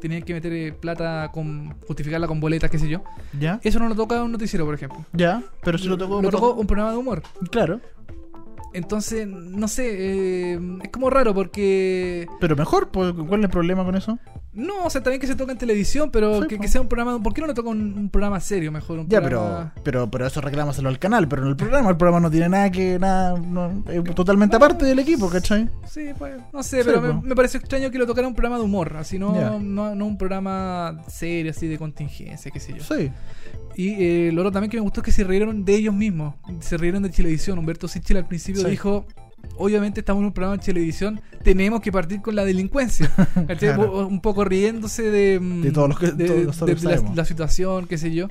[SPEAKER 3] tenían que meter eh, plata con justificarla con boletas, qué sé yo.
[SPEAKER 2] Ya,
[SPEAKER 3] Eso no lo toca un noticiero, por ejemplo.
[SPEAKER 2] ya, pero si lo tocó.
[SPEAKER 3] Lo
[SPEAKER 2] Perros-
[SPEAKER 3] tocó un programa de humor.
[SPEAKER 2] Claro,
[SPEAKER 3] Entonces, no sé, eh, es como raro porque
[SPEAKER 2] pero mejor, pues, ¿cuál es el problema con eso?
[SPEAKER 3] No, o sea, también que se toca en televisión, pero
[SPEAKER 2] Sí,
[SPEAKER 3] que,
[SPEAKER 2] po.
[SPEAKER 3] que sea un programa. ¿Por qué no le toca un, un programa serio mejor? Un
[SPEAKER 2] Ya, pero,
[SPEAKER 3] programa-
[SPEAKER 2] pero, pero eso reclámaselo al canal, pero en el programa, el programa no tiene nada que, nada, no, es totalmente aparte del equipo, ¿cachai?
[SPEAKER 3] Ah, Sí, pues, no
[SPEAKER 2] Sí,
[SPEAKER 3] sé, pero me,
[SPEAKER 2] po.
[SPEAKER 3] me parece extraño que lo tocara un programa de humor, así no,
[SPEAKER 2] Ya.
[SPEAKER 3] no, no un programa serio, así de contingencia, qué sé yo.
[SPEAKER 2] Sí.
[SPEAKER 3] Y eh, lo otro también que me gustó es que se rieron de ellos mismos, se rieron de Televisión. Humberto Sichel al principio
[SPEAKER 2] Sí.
[SPEAKER 3] dijo. Obviamente estamos en un programa de televisión, tenemos que partir con
[SPEAKER 2] (laughs)
[SPEAKER 3] la delincuencia. ¿Cachai?
[SPEAKER 2] Claro.
[SPEAKER 3] Un poco riéndose de, mm,
[SPEAKER 2] De todos los que-
[SPEAKER 3] de-
[SPEAKER 2] todos nosotros
[SPEAKER 3] de la-
[SPEAKER 2] sabemos.
[SPEAKER 3] la situación, qué sé yo.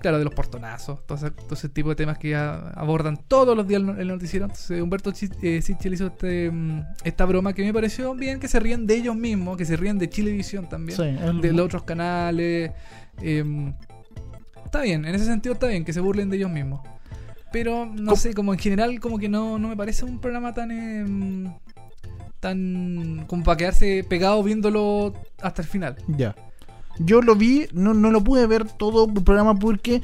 [SPEAKER 3] Claro, de los portonazos, todo ese, todo ese tipo de temas que ya abordan todos los días en el noticiero. Entonces, Humberto Chi- eh, Sichel hizo este, mm, esta broma que me pareció bien, que se ríen de ellos mismos, que se ríen de Chilevisión también,
[SPEAKER 2] Sí, el-
[SPEAKER 3] de los otros canales. em, está bien, en ese sentido está bien, que se burlen de ellos mismos. Pero, no
[SPEAKER 2] Co-
[SPEAKER 3] sé, como en general, como que no, no me parece un programa tan... em, tan como para quedarse pegado viéndolo hasta el final.
[SPEAKER 2] Ya. Yo lo vi, no, no lo pude ver todo el programa porque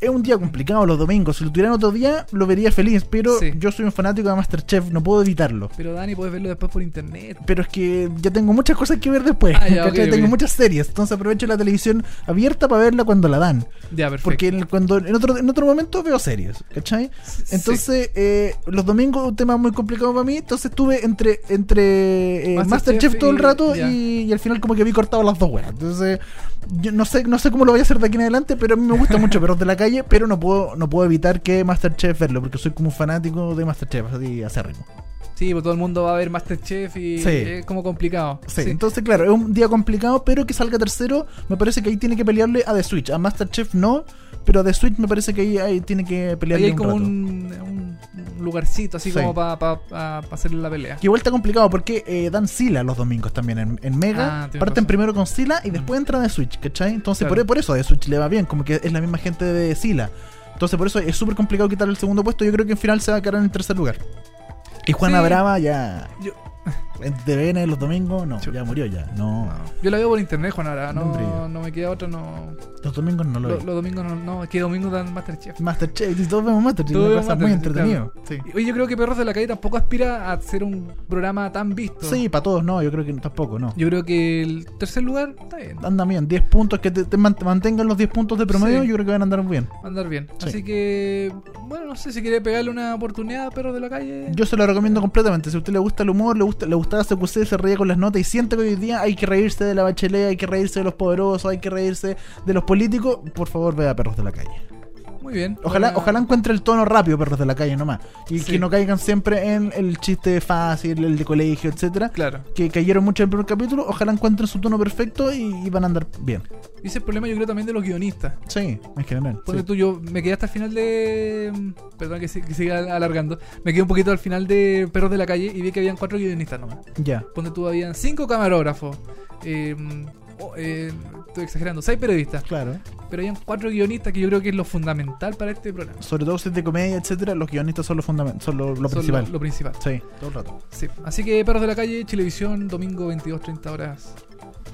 [SPEAKER 2] es un día complicado los domingos. Si lo tuvieran otro día, lo vería feliz, pero
[SPEAKER 3] Sí.
[SPEAKER 2] yo soy un fanático de Masterchef, no puedo evitarlo.
[SPEAKER 3] Pero Dani, puedes verlo después por internet.
[SPEAKER 2] Pero es que ya tengo muchas cosas que ver después.
[SPEAKER 3] Ah, ya,
[SPEAKER 2] (laughs)
[SPEAKER 3] ok,
[SPEAKER 2] ¿cachai?
[SPEAKER 3] ok.
[SPEAKER 2] Tengo muchas series, entonces aprovecho la televisión abierta para verla cuando la dan.
[SPEAKER 3] Ya, perfecto.
[SPEAKER 2] Porque en, el- cuando, en, otro, en otro momento veo series, ¿cachai?
[SPEAKER 3] Sí.
[SPEAKER 2] Entonces, eh, los domingos un tema muy complicado para mí, entonces estuve entre, entre eh,
[SPEAKER 3] Masterchef
[SPEAKER 2] Masterchef todo el
[SPEAKER 3] y-
[SPEAKER 2] rato
[SPEAKER 3] ya.
[SPEAKER 2] y, y al final como que vi cortado las dos weas. Entonces, yo no sé, no sé cómo lo voy a hacer de aquí en adelante, pero a mí me gusta mucho Perros de la Calle, pero no puedo, no puedo evitar que Masterchef verlo, porque soy como un fanático de Masterchef, así acérrimo.
[SPEAKER 3] Sí, pues todo el mundo va a ver Masterchef y
[SPEAKER 2] Sí.
[SPEAKER 3] es como complicado.
[SPEAKER 2] Sí,
[SPEAKER 3] Sí.
[SPEAKER 2] entonces claro, es un día complicado, pero que salga tercero, me parece que ahí tiene que pelearle a The Switch. A Masterchef no, pero a The Switch me parece que ahí, ahí tiene que
[SPEAKER 3] Ahí
[SPEAKER 2] pelearle
[SPEAKER 3] hay
[SPEAKER 2] un
[SPEAKER 3] como
[SPEAKER 2] rato.
[SPEAKER 3] un, un lugarcito así
[SPEAKER 2] Sí.
[SPEAKER 3] como para hacerle la pelea.
[SPEAKER 2] Que igual está complicado porque eh, dan Sila los domingos también en, en Mega.
[SPEAKER 3] Ah,
[SPEAKER 2] parten
[SPEAKER 3] tienes razón. Mm.
[SPEAKER 2] primero con Sila y después entran de Switch, ¿cachai? Entonces por,
[SPEAKER 3] Claro.
[SPEAKER 2] por eso a de Switch le va bien, como que es la misma gente de Sila. Entonces por eso es súper complicado quitarle el segundo puesto. Yo creo que en final se va a quedar en el tercer lugar. Y Juana
[SPEAKER 3] Sí.
[SPEAKER 2] Brava ya.
[SPEAKER 3] Yo-
[SPEAKER 2] En TVN los domingos, no,
[SPEAKER 3] Chu-
[SPEAKER 2] ya murió ya. No,
[SPEAKER 3] No. Yo la veo por internet, Juan, ahora
[SPEAKER 2] No, hombre, yo.
[SPEAKER 3] no, no me queda otra, no.
[SPEAKER 2] los domingos no lo
[SPEAKER 3] Lo-
[SPEAKER 2] vi.
[SPEAKER 3] los domingos no, no, es que domingo dan Masterchef.
[SPEAKER 2] Masterchef, y todos vemos Masterchef,
[SPEAKER 3] Todos
[SPEAKER 2] una
[SPEAKER 3] vemos
[SPEAKER 2] cosa muy
[SPEAKER 3] Masterchef,
[SPEAKER 2] entretenido. Sí.
[SPEAKER 3] Y- Y yo creo que Perros de la Calle tampoco aspira a ser un programa tan visto.
[SPEAKER 2] Sí, para todos no, yo creo que tampoco, no.
[SPEAKER 3] Yo creo que el tercer lugar está bien, va
[SPEAKER 2] Anda bien, 10 puntos, que te, te man- mantengan los 10 puntos de promedio,
[SPEAKER 3] Sí.
[SPEAKER 2] yo creo que van a andar bien.
[SPEAKER 3] a andar bien.
[SPEAKER 2] Sí.
[SPEAKER 3] Así que, bueno, no sé si quiere pegarle una oportunidad a Perros de la Calle.
[SPEAKER 2] Yo se lo recomiendo completamente. Si a usted le gusta el humor, le gusta, le gustaba CQC, se reía con las notas y siente que hoy día hay que reírse de la bachelet, hay que reírse de los poderosos, hay que reírse de los políticos, por favor vea Perros de la Calle.
[SPEAKER 3] Muy bien.
[SPEAKER 2] Ojalá,
[SPEAKER 3] Buena-
[SPEAKER 2] ojalá encuentre el tono rápido Perros de la Calle nomás. Y
[SPEAKER 3] Sí.
[SPEAKER 2] que no caigan siempre en el chiste fácil, el de colegio, etcétera
[SPEAKER 3] Claro.
[SPEAKER 2] Que cayeron mucho en el primer capítulo. Ojalá encuentren su tono perfecto y, y van a andar bien.
[SPEAKER 3] Y ese es el problema, yo creo, también de los guionistas.
[SPEAKER 2] Sí, en general.
[SPEAKER 3] Porque
[SPEAKER 2] sí.
[SPEAKER 3] tú, yo me quedé hasta el final de. Perdón que, se- que siga alargando. Me quedé un poquito al final de Perros de la Calle y vi que habían cuatro guionistas nomás.
[SPEAKER 2] Ya.
[SPEAKER 3] Ponte tú, habían cinco camarógrafos. eh, o- eh, estoy exagerando, seis periodistas.
[SPEAKER 2] Claro.
[SPEAKER 3] Pero habían cuatro guionistas que yo creo que es lo fundamental para este programa.
[SPEAKER 2] Sobre todo si es de comedia, etcétera, los guionistas son lo fundamental, son lo, lo
[SPEAKER 3] Son
[SPEAKER 2] principal.
[SPEAKER 3] Lo, lo principal.
[SPEAKER 2] Sí, todo el rato.
[SPEAKER 3] Sí. Así que Perros de la Calle, Televisión, domingo 22.30 horas.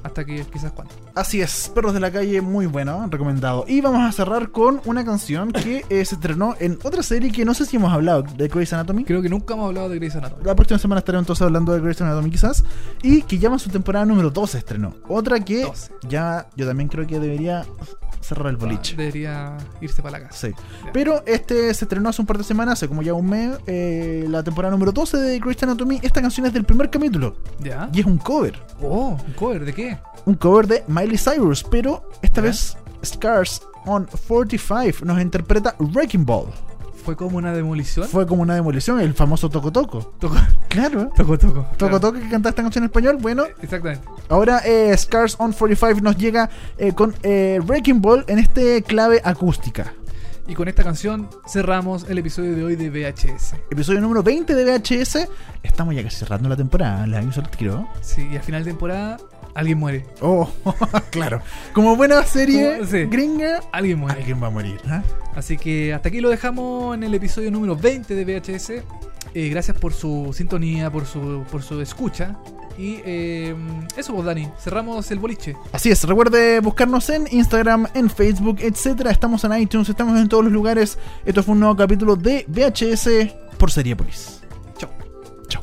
[SPEAKER 3] Hasta que quizás cuándo.
[SPEAKER 2] Así es, Perros de la Calle, muy bueno, recomendado. Y vamos a cerrar con una canción que eh, se estrenó en otra serie que no sé si hemos hablado, de Grey's Anatomy.
[SPEAKER 3] Creo que nunca hemos hablado de Grey's Anatomy.
[SPEAKER 2] La próxima semana estaremos entonces hablando de Grey's Anatomy quizás. Y que ya va su temporada número 12 estrenó. Otra que
[SPEAKER 3] 12.
[SPEAKER 2] ya yo también creo que debería cerrar el boliche.
[SPEAKER 3] Debería irse para la casa.
[SPEAKER 2] Sí. Pero este se estrenó hace un par de semanas, hace como ya un mes, eh, la temporada número 12 de Grey's Anatomy. Esta canción es del primer capítulo
[SPEAKER 3] ¿Ya?
[SPEAKER 2] y es un cover.
[SPEAKER 3] Oh, un cover, ¿de qué?
[SPEAKER 2] un cover de Miley Cyrus, pero esta
[SPEAKER 3] ¿Ya?
[SPEAKER 2] vez Scars on 45 nos interpreta Wrecking Ball.
[SPEAKER 3] Fue como una demolición.
[SPEAKER 2] Fue como una demolición, el famoso Toco Toco.
[SPEAKER 3] (laughs) Tocó,
[SPEAKER 2] Claro.
[SPEAKER 3] tocó, tocó.
[SPEAKER 2] Toco
[SPEAKER 3] claro.
[SPEAKER 2] Toco que canta esta canción en español, bueno,
[SPEAKER 3] Exactamente.
[SPEAKER 2] ahora eh, Scars on 45 nos llega eh, con eh, Wrecking Ball en este clave acústica.
[SPEAKER 3] Y con esta canción cerramos el episodio de hoy de VHS.
[SPEAKER 2] Episodio número 20 de VHS. Estamos ya casi cerrando la temporada, la aviso al tiro.
[SPEAKER 3] Sí, y al final de temporada alguien muere.
[SPEAKER 2] Oh, (laughs) claro. Como buena serie
[SPEAKER 3] Como- sí.
[SPEAKER 2] gringa,
[SPEAKER 3] Alguien muere.
[SPEAKER 2] alguien va a morir. ¿eh?
[SPEAKER 3] Así que hasta aquí lo dejamos en el episodio número 20 de VHS. Eh, gracias por su sintonía, por su, por su escucha. Y eh, eso, pues, Dani. Cerramos el boliche.
[SPEAKER 2] Así es, recuerde buscarnos en Instagram, en Facebook, etcétera. Estamos en iTunes, estamos en todos los lugares. Esto fue un nuevo capítulo de VHS por Seriepolis.
[SPEAKER 3] Chao.
[SPEAKER 2] Chao.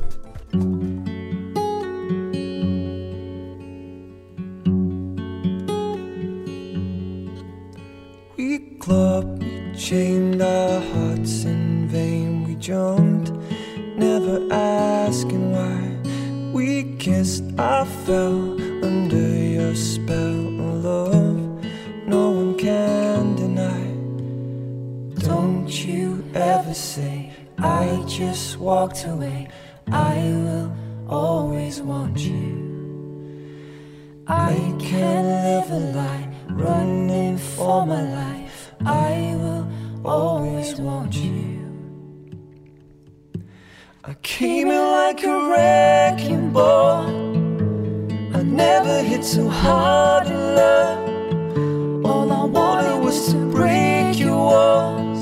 [SPEAKER 4] We clubbed, we chained our hearts in vain. We jumped, never asking why. We kissed, I fell under your spell. Oh, love, no one can deny. Don't you ever say, I just walked away. I will always want you. I can't live a lie, running for my life. I will always want you. I came in like a wrecking ball. I never hit so hard in love. All I wanted was to break your walls.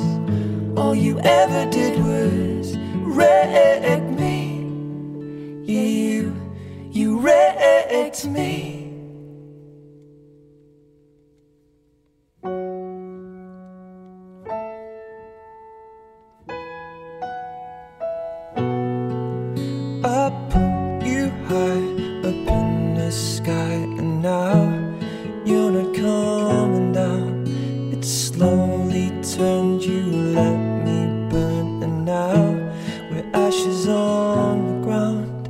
[SPEAKER 4] All you ever did was wreck me. Yeah, you, you wrecked me. I put you high up in the sky, and now you're not coming down. It slowly turned you, let me burn, and now we're ashes on the ground.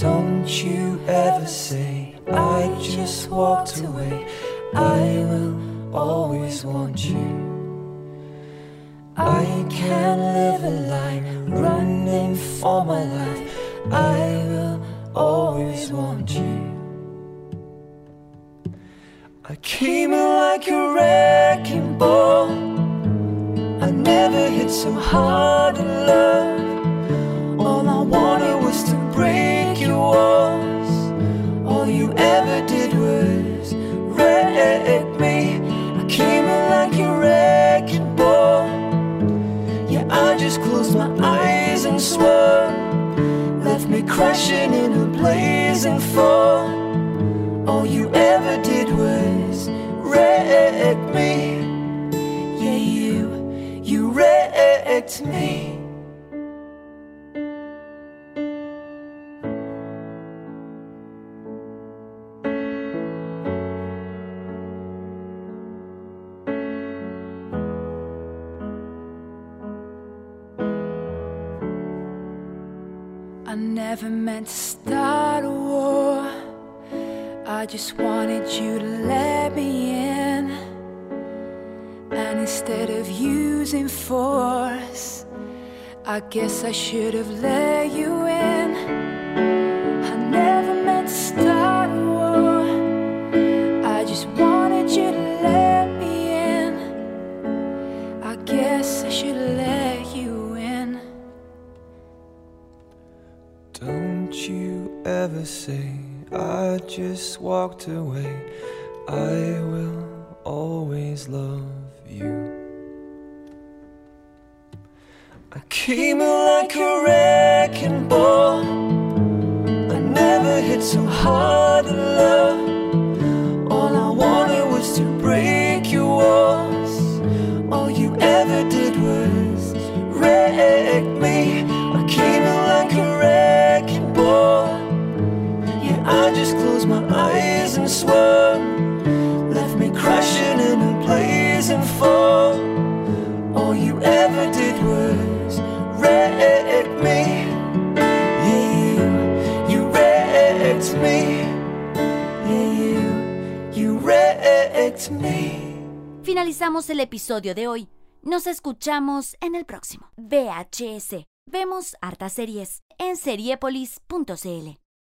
[SPEAKER 4] Don't you ever say I just walked away. I will always want you. I can't live a lie running for my life. I will always want you. I came in like a wrecking ball. I never hit so hard in love. All I wanted was to break your walls. All you ever did was wreck me. I came in like a wrecking ball. Yeah, I just closed my eyes and swore. Left me crashing in a blazing fall. All you ever did was wreck me. Yeah, you, you wrecked me.
[SPEAKER 5] I never meant to start a war. I just wanted you to let me in. And instead of using force, I guess I should have let you in. I never meant to start a war. I just wanted you to let me in. I guess I should have let you in.
[SPEAKER 4] Don't you ever say I just walked away. I will always love you. I came in like a wrecking ball. I never hit so hard in love. All I wanted was to break your walls. All you ever did was wreck me. I came in like a wrecking ball. Yeah, I just closed my eyes and swore. Left me crashing in a blazing fall. All you ever did was wreck me. Yeah, you, you wrecked me. Yeah, you, you wrecked me.
[SPEAKER 1] Finalizamos el episodio de hoy. Nos escuchamos en el próximo. VHS. Vemos hartas series en seriepolis.cl.